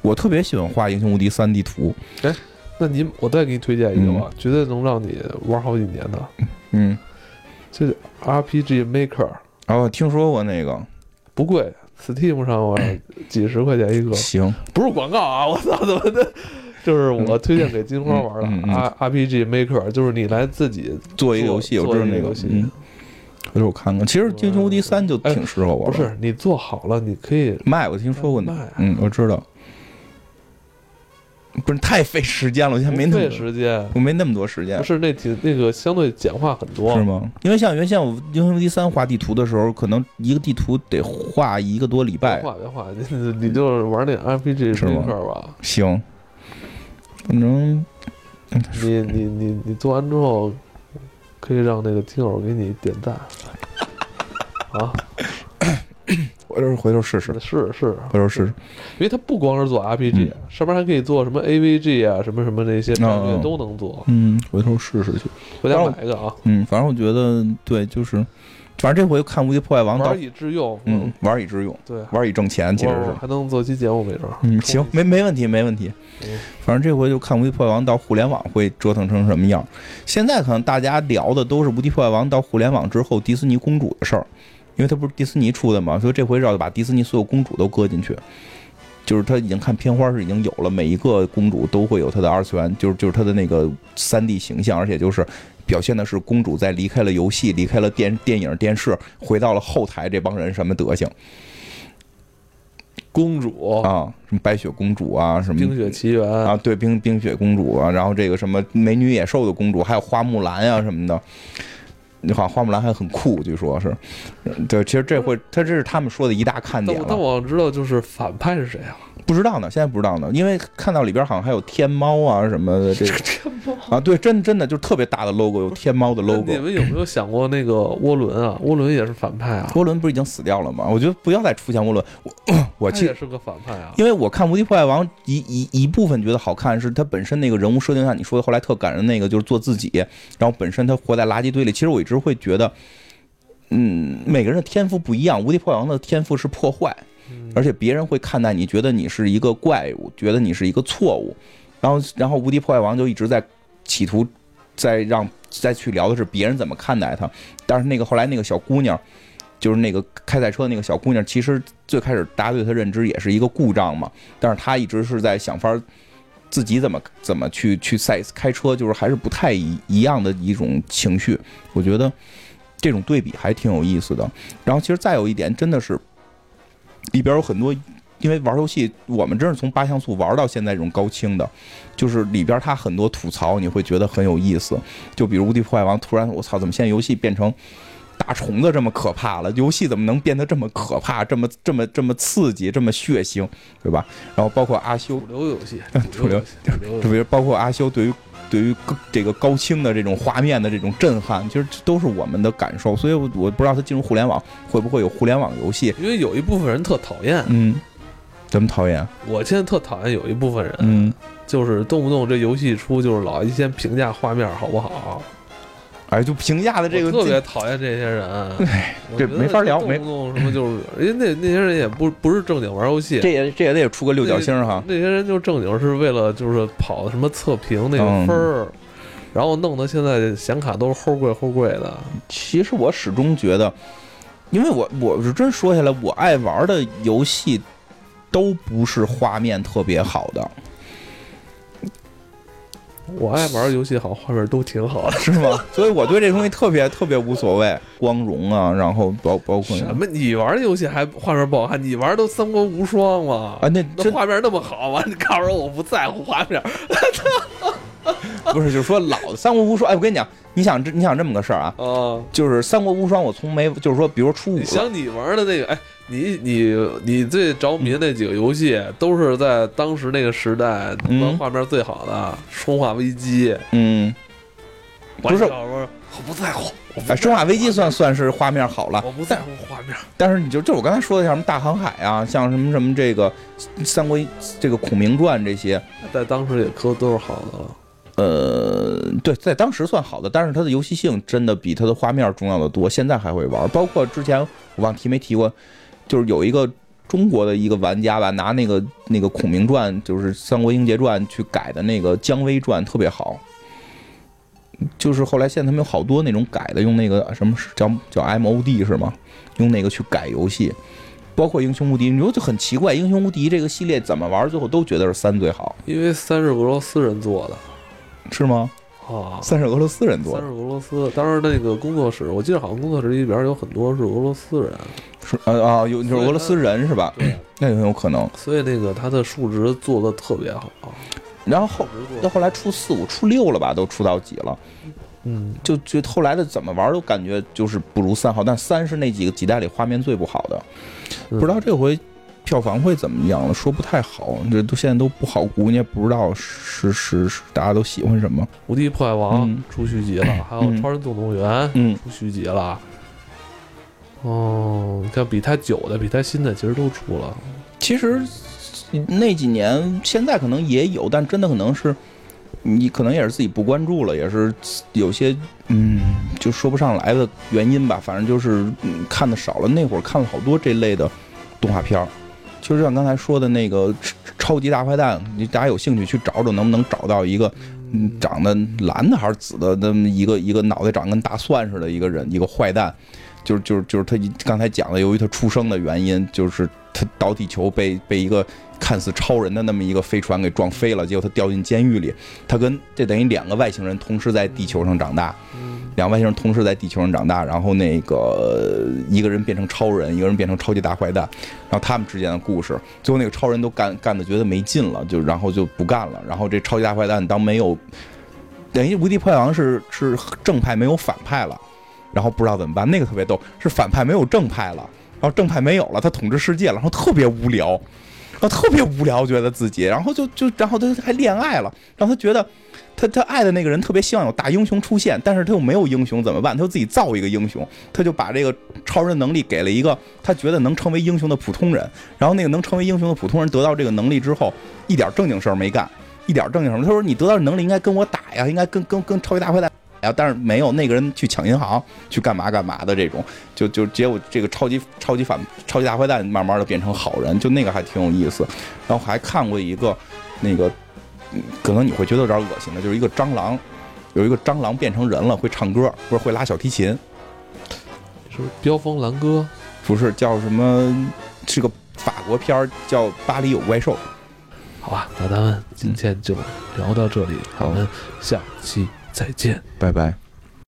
S2: 我特别喜欢画《英雄无敌三》地图，
S1: 那你我再给你推荐一个吧，绝对能让你玩好几年的，
S2: 嗯，
S1: 这 RPG Maker
S2: 然后听说过那个，
S1: 不贵，Steam 上我几十块钱一个，
S2: 行，
S1: 不是广告啊！我操，怎么的？就是我推荐给金花玩
S2: 嗯嗯
S1: 的啊
S2: 嗯
S1: R RPG Maker，就是你来自己
S2: 做一个游戏，
S1: 做
S2: 我知
S1: 做
S2: 道
S1: 一个
S2: 那个
S1: 游，戏哎
S2: 嗯，回头我看看。其实《英雄无敌三》就挺适合我
S1: 不
S2: 玩，
S1: 是你做好了，你可以
S2: 卖，我听说过呢
S1: 卖，
S2: 嗯，我知道。不是太费时间了，我现在没那
S1: 不
S2: 么
S1: 费
S2: 多，
S1: 时间，
S2: 我没那么多时间
S1: 不。是那挺那个相对简化很多
S2: 是。吗？因为像原先我《英雄无敌三》画地图的时候，可能一个地图得画一个多礼
S1: 别
S2: 拜。
S1: 画别画，你 你就玩那 RPG
S2: 是吗
S1: Maker 吧。
S2: 行，反正
S1: 你你你你做完之后，可以让那个听友给你点 赞。啊，
S2: 我就是回头试试，
S1: 是是，
S2: 回头试试。
S1: 因为它不光是做 RPG，、上面还可以做什么 AVG 啊，什么什么那些战略
S2: 嗯嗯嗯
S1: 都能做。
S2: 嗯，回头试试去。
S1: 回家买一个啊，
S2: 嗯，反正我觉得对，就是，反正这回看《无敌破坏王》到
S1: 玩，以致用。
S2: 嗯，，玩以致用，
S1: 对，
S2: 玩以挣钱，其实
S1: 我
S2: 是。
S1: 还能做期节目没准儿。
S2: 嗯，行，没没问题，没问题
S1: 嗯。
S2: 反正这回就看《无敌破坏王》到互联网会折腾成什么样。现在可能大家聊的都是《无敌破坏王》到互联网之后迪士尼公主的事儿，因为它不是迪士尼出的嘛，所以这回是要把迪士尼所有公主都搁进去。就是他已经看片花是已经有了，每一个公主都会有她的二次元，就是就是她的那个三 D 形象，而且就是表现的是公主在离开了游戏、离开了电电影、电视，回到了后台这帮人什么德行
S1: 公主，
S2: 啊？什么白雪公主啊，什么
S1: 哦冰雪奇缘》
S2: 啊，对，冰冰雪公主啊，然后这个什么美女野兽的公主，还有花木兰啊什么的。你好，花木兰还很酷，据说是。对，其实这回他这是他们说的一大看
S1: 但
S2: 点
S1: 我但
S2: 了，
S1: 我想知道就是反派是谁啊？
S2: 不知道呢，现在不知道呢，因为看到里边好像还有天猫啊什么的，这个
S1: 天猫。
S2: 啊，对，真真的就是特别大的 logo，有天猫的
S1: 那你
S2: logo。
S1: 们有没有想过那个涡轮啊？涡轮也是反派啊，
S2: 涡轮不是已经死掉了吗？我觉得不要再出现涡轮，我 我
S1: 他
S2: 其
S1: 也
S2: 实。
S1: 是个反派啊。
S2: 因为我看《无敌破坏王》一一一部分觉得好看，是他本身那个人物设定，像你说的，后来特感人那个就是做自己，然后本身他活在垃圾堆里。其实我一直会觉得，嗯，每个人的天赋不一样，《无敌破坏王》的天赋是破坏，
S1: 嗯
S2: 而且别人会看待你，觉得你是一个怪物，觉得你是一个错误。然后，然后《无敌破坏王》就一直在企图再让再去聊的是别人怎么看待他。但是那个后来那个小姑娘，就是那个开赛车的那个小姑娘，其实最开始大家对她认知也是一个故障嘛，但是她一直是在想法儿自己怎么怎么去去赛开车，就是还是不太一一样的一种情绪。我觉得这种对比还挺有意思的。然后其实再有一点，真的是里边有很多。因为玩游戏，我们真是从八像素玩到现在这种高清的，就是里边它很多吐槽，你会觉得很有意思。就比如《无敌破坏王》，突然我操，怎么现在游戏变成大虫子这么可怕了？游戏怎么能变得这么可怕、这么这么这么刺激、这么血腥，对吧？然后包括阿修
S1: 主，流游戏，
S2: 嗯主流
S1: 游戏，主流游
S2: 特
S1: 戏。
S2: 别包括阿修对于对于高这个高清的这种画面的这种震撼，其实这都是我们的感受。所以我我不知道它进入互联网会不会有互联网游戏，
S1: 因为有一部分人特讨厌，
S2: 嗯，怎么讨厌？
S1: 我现在特讨厌有一部分人，
S2: 嗯，
S1: 就是动不动这游戏一出就是老一先评价画面好不好，
S2: 哎，就评价的这个
S1: 我特
S2: 这
S1: 别讨厌这些人。啊我
S2: 这
S1: 觉得
S2: 没法聊
S1: 动
S2: 没
S1: 不动什么 就是，人家那那些人也不不是正经玩游戏，
S2: 这啊也这也得出个六角星哈。嗯
S1: 那些人就正经是为了就是跑什么测评那个分儿，然后弄得现在显卡都是齁贵齁贵的，
S2: 其实我始终觉得，因为我我是真说下来，我爱玩的游戏都不是画面特别好的，
S1: 我爱玩游戏好，画面都挺好的。
S2: 是吗？所以我对这东西特别特别无所谓，光荣啊，然后包包括
S1: 什么？你玩的游戏还画面不好看？你玩都三国无双嘛？
S2: 啊，那
S1: 那
S2: 真
S1: 画面那么好完你告诉我我不在乎画面，
S2: 不是，就是说老的《三国无双》。哎，我跟你讲，你想这你想这么个事儿啊，
S1: 啊，
S2: 就是《三国无双》，我从没就是说，比如说初五
S1: 你
S2: 了，
S1: 想你玩的那个，哎，你你你最着迷的那几个游戏，都是在当时那个时代，
S2: 嗯
S1: 玩画面最好的《生化危机》
S2: 嗯，
S1: 玩
S2: 不是
S1: 一小会儿，我不在乎，我不
S2: 哎，《生化危机》
S1: 在
S2: 算算是画面好了
S1: 乎，我不在乎画面。
S2: 但是你就就我刚才说的，像什么大航海啊，像什么什么这个《三国》这个《孔明传》这些，
S1: 在当时也科都是好的了。
S2: 呃，对，在当时算好的，但是它的游戏性真的比它的画面重要的多。现在还会玩，包括之前我忘提没提过，就是有一个中国的一个玩家吧，拿那个那个《孔明传》就是《三国英杰传》去改的那个《姜维传》特别好。就是后来现在他们有好多那种改的，用那个什么叫叫 MOD 是吗？用那个去改游戏，包括《英雄无敌》，你说就很奇怪，《英雄无敌》这个系列怎么玩，最后都觉得是三最好，
S1: 因为三是俄罗斯人做的
S2: 是吗？
S1: 啊，
S2: 三是俄罗斯人做
S1: 三
S2: 的
S1: 是。俄罗斯。当时那个工作室，我记得好像工作室里边有很多是俄罗斯人，
S2: 是呃啊，有就是俄罗斯人是吧？
S1: 对，
S2: 那很有可能。
S1: 所以那个他的数值做的特别好，
S2: 然后后
S1: 数值做
S2: 到
S1: 得
S2: 后来初四、五、初六了吧，都出到几了，
S1: 嗯，
S2: 就就后来的怎么玩都感觉就是不如三好，但三是那几个几代里画面最不好的，
S1: 不
S2: 不知道这回票房会怎么样了，说不太好，这都现在都不好估，你也不知道是是是大家都喜欢什么。
S1: 《无敌破坏王
S2: 嗯》
S1: 出续集 了，还有
S2: 嗯
S1: 《超人总动员》
S2: 嗯，
S1: 出续集了。哦，你看比他久的、比他新的，其实都出了。
S2: 其实那几年现在可能也有，但真的可能是你可能也是自己不关注了，也是有些嗯，就说不上来的原因吧。反正就是、嗯看的少了，那会儿看了好多这类的动画片儿。就是像刚才说的那个超超级大坏蛋，你大家有兴趣去找找，能不能找到一个嗯长得蓝的还是紫的那么一个一个脑袋长得跟大蒜似的一个人，一个坏蛋，就是就是就是他一刚才讲的，由于他出生的原因，就是他到地球被被一个看似超人的那么一个飞船给撞飞了，结果他掉进监狱里。他跟这等于两个外星人同时在地球上长大，
S1: 嗯，
S2: 两个外星人同时在地球上长大，然后那个呃一个人变成超人，一个人变成超级大坏蛋，然后他们之间的故事，最后那个超人都干干的觉得没劲了，就然后就不干了，然后这超级大坏蛋当没有，等于无敌破坏王是是正派没有反派了，然后不知道怎么办，那个特别逗，是反派没有正派了，然后正派没有了，他统治世界了，然后特别无聊，然后特别无聊，觉得自己，然后就就 然后他还恋爱了，然后他觉得。他他爱的那个人特别希望有大英雄出现，但是他又没有英雄怎么办？他就自己造一个英雄，他就把这个超人能力给了一个他觉得能成为英雄的普通人。然后那个能成为英雄的普通人得到这个能力之后，一点正经事儿没干，一点正经事儿没。他说：“你得到这能力应该跟我打呀，应该跟跟跟超级大坏蛋打呀。”但是没有，那个人去抢银行，去干嘛干嘛的这种，就就结果这个超级超级反超级大坏蛋慢慢的变成好人，就那个还挺有意思。然后还看过一个那个嗯可能你会觉得有点恶心的，就是一个蟑螂，有一个蟑螂变成人了，会唱歌，不是会拉小提琴，
S1: 是飙风蓝哥，
S2: 不是叫什么，是个法国片儿叫《巴黎有怪兽》。
S1: 好吧，那咱们今天就聊到这里，
S2: 嗯好
S1: 我们下期再见。
S2: 拜拜。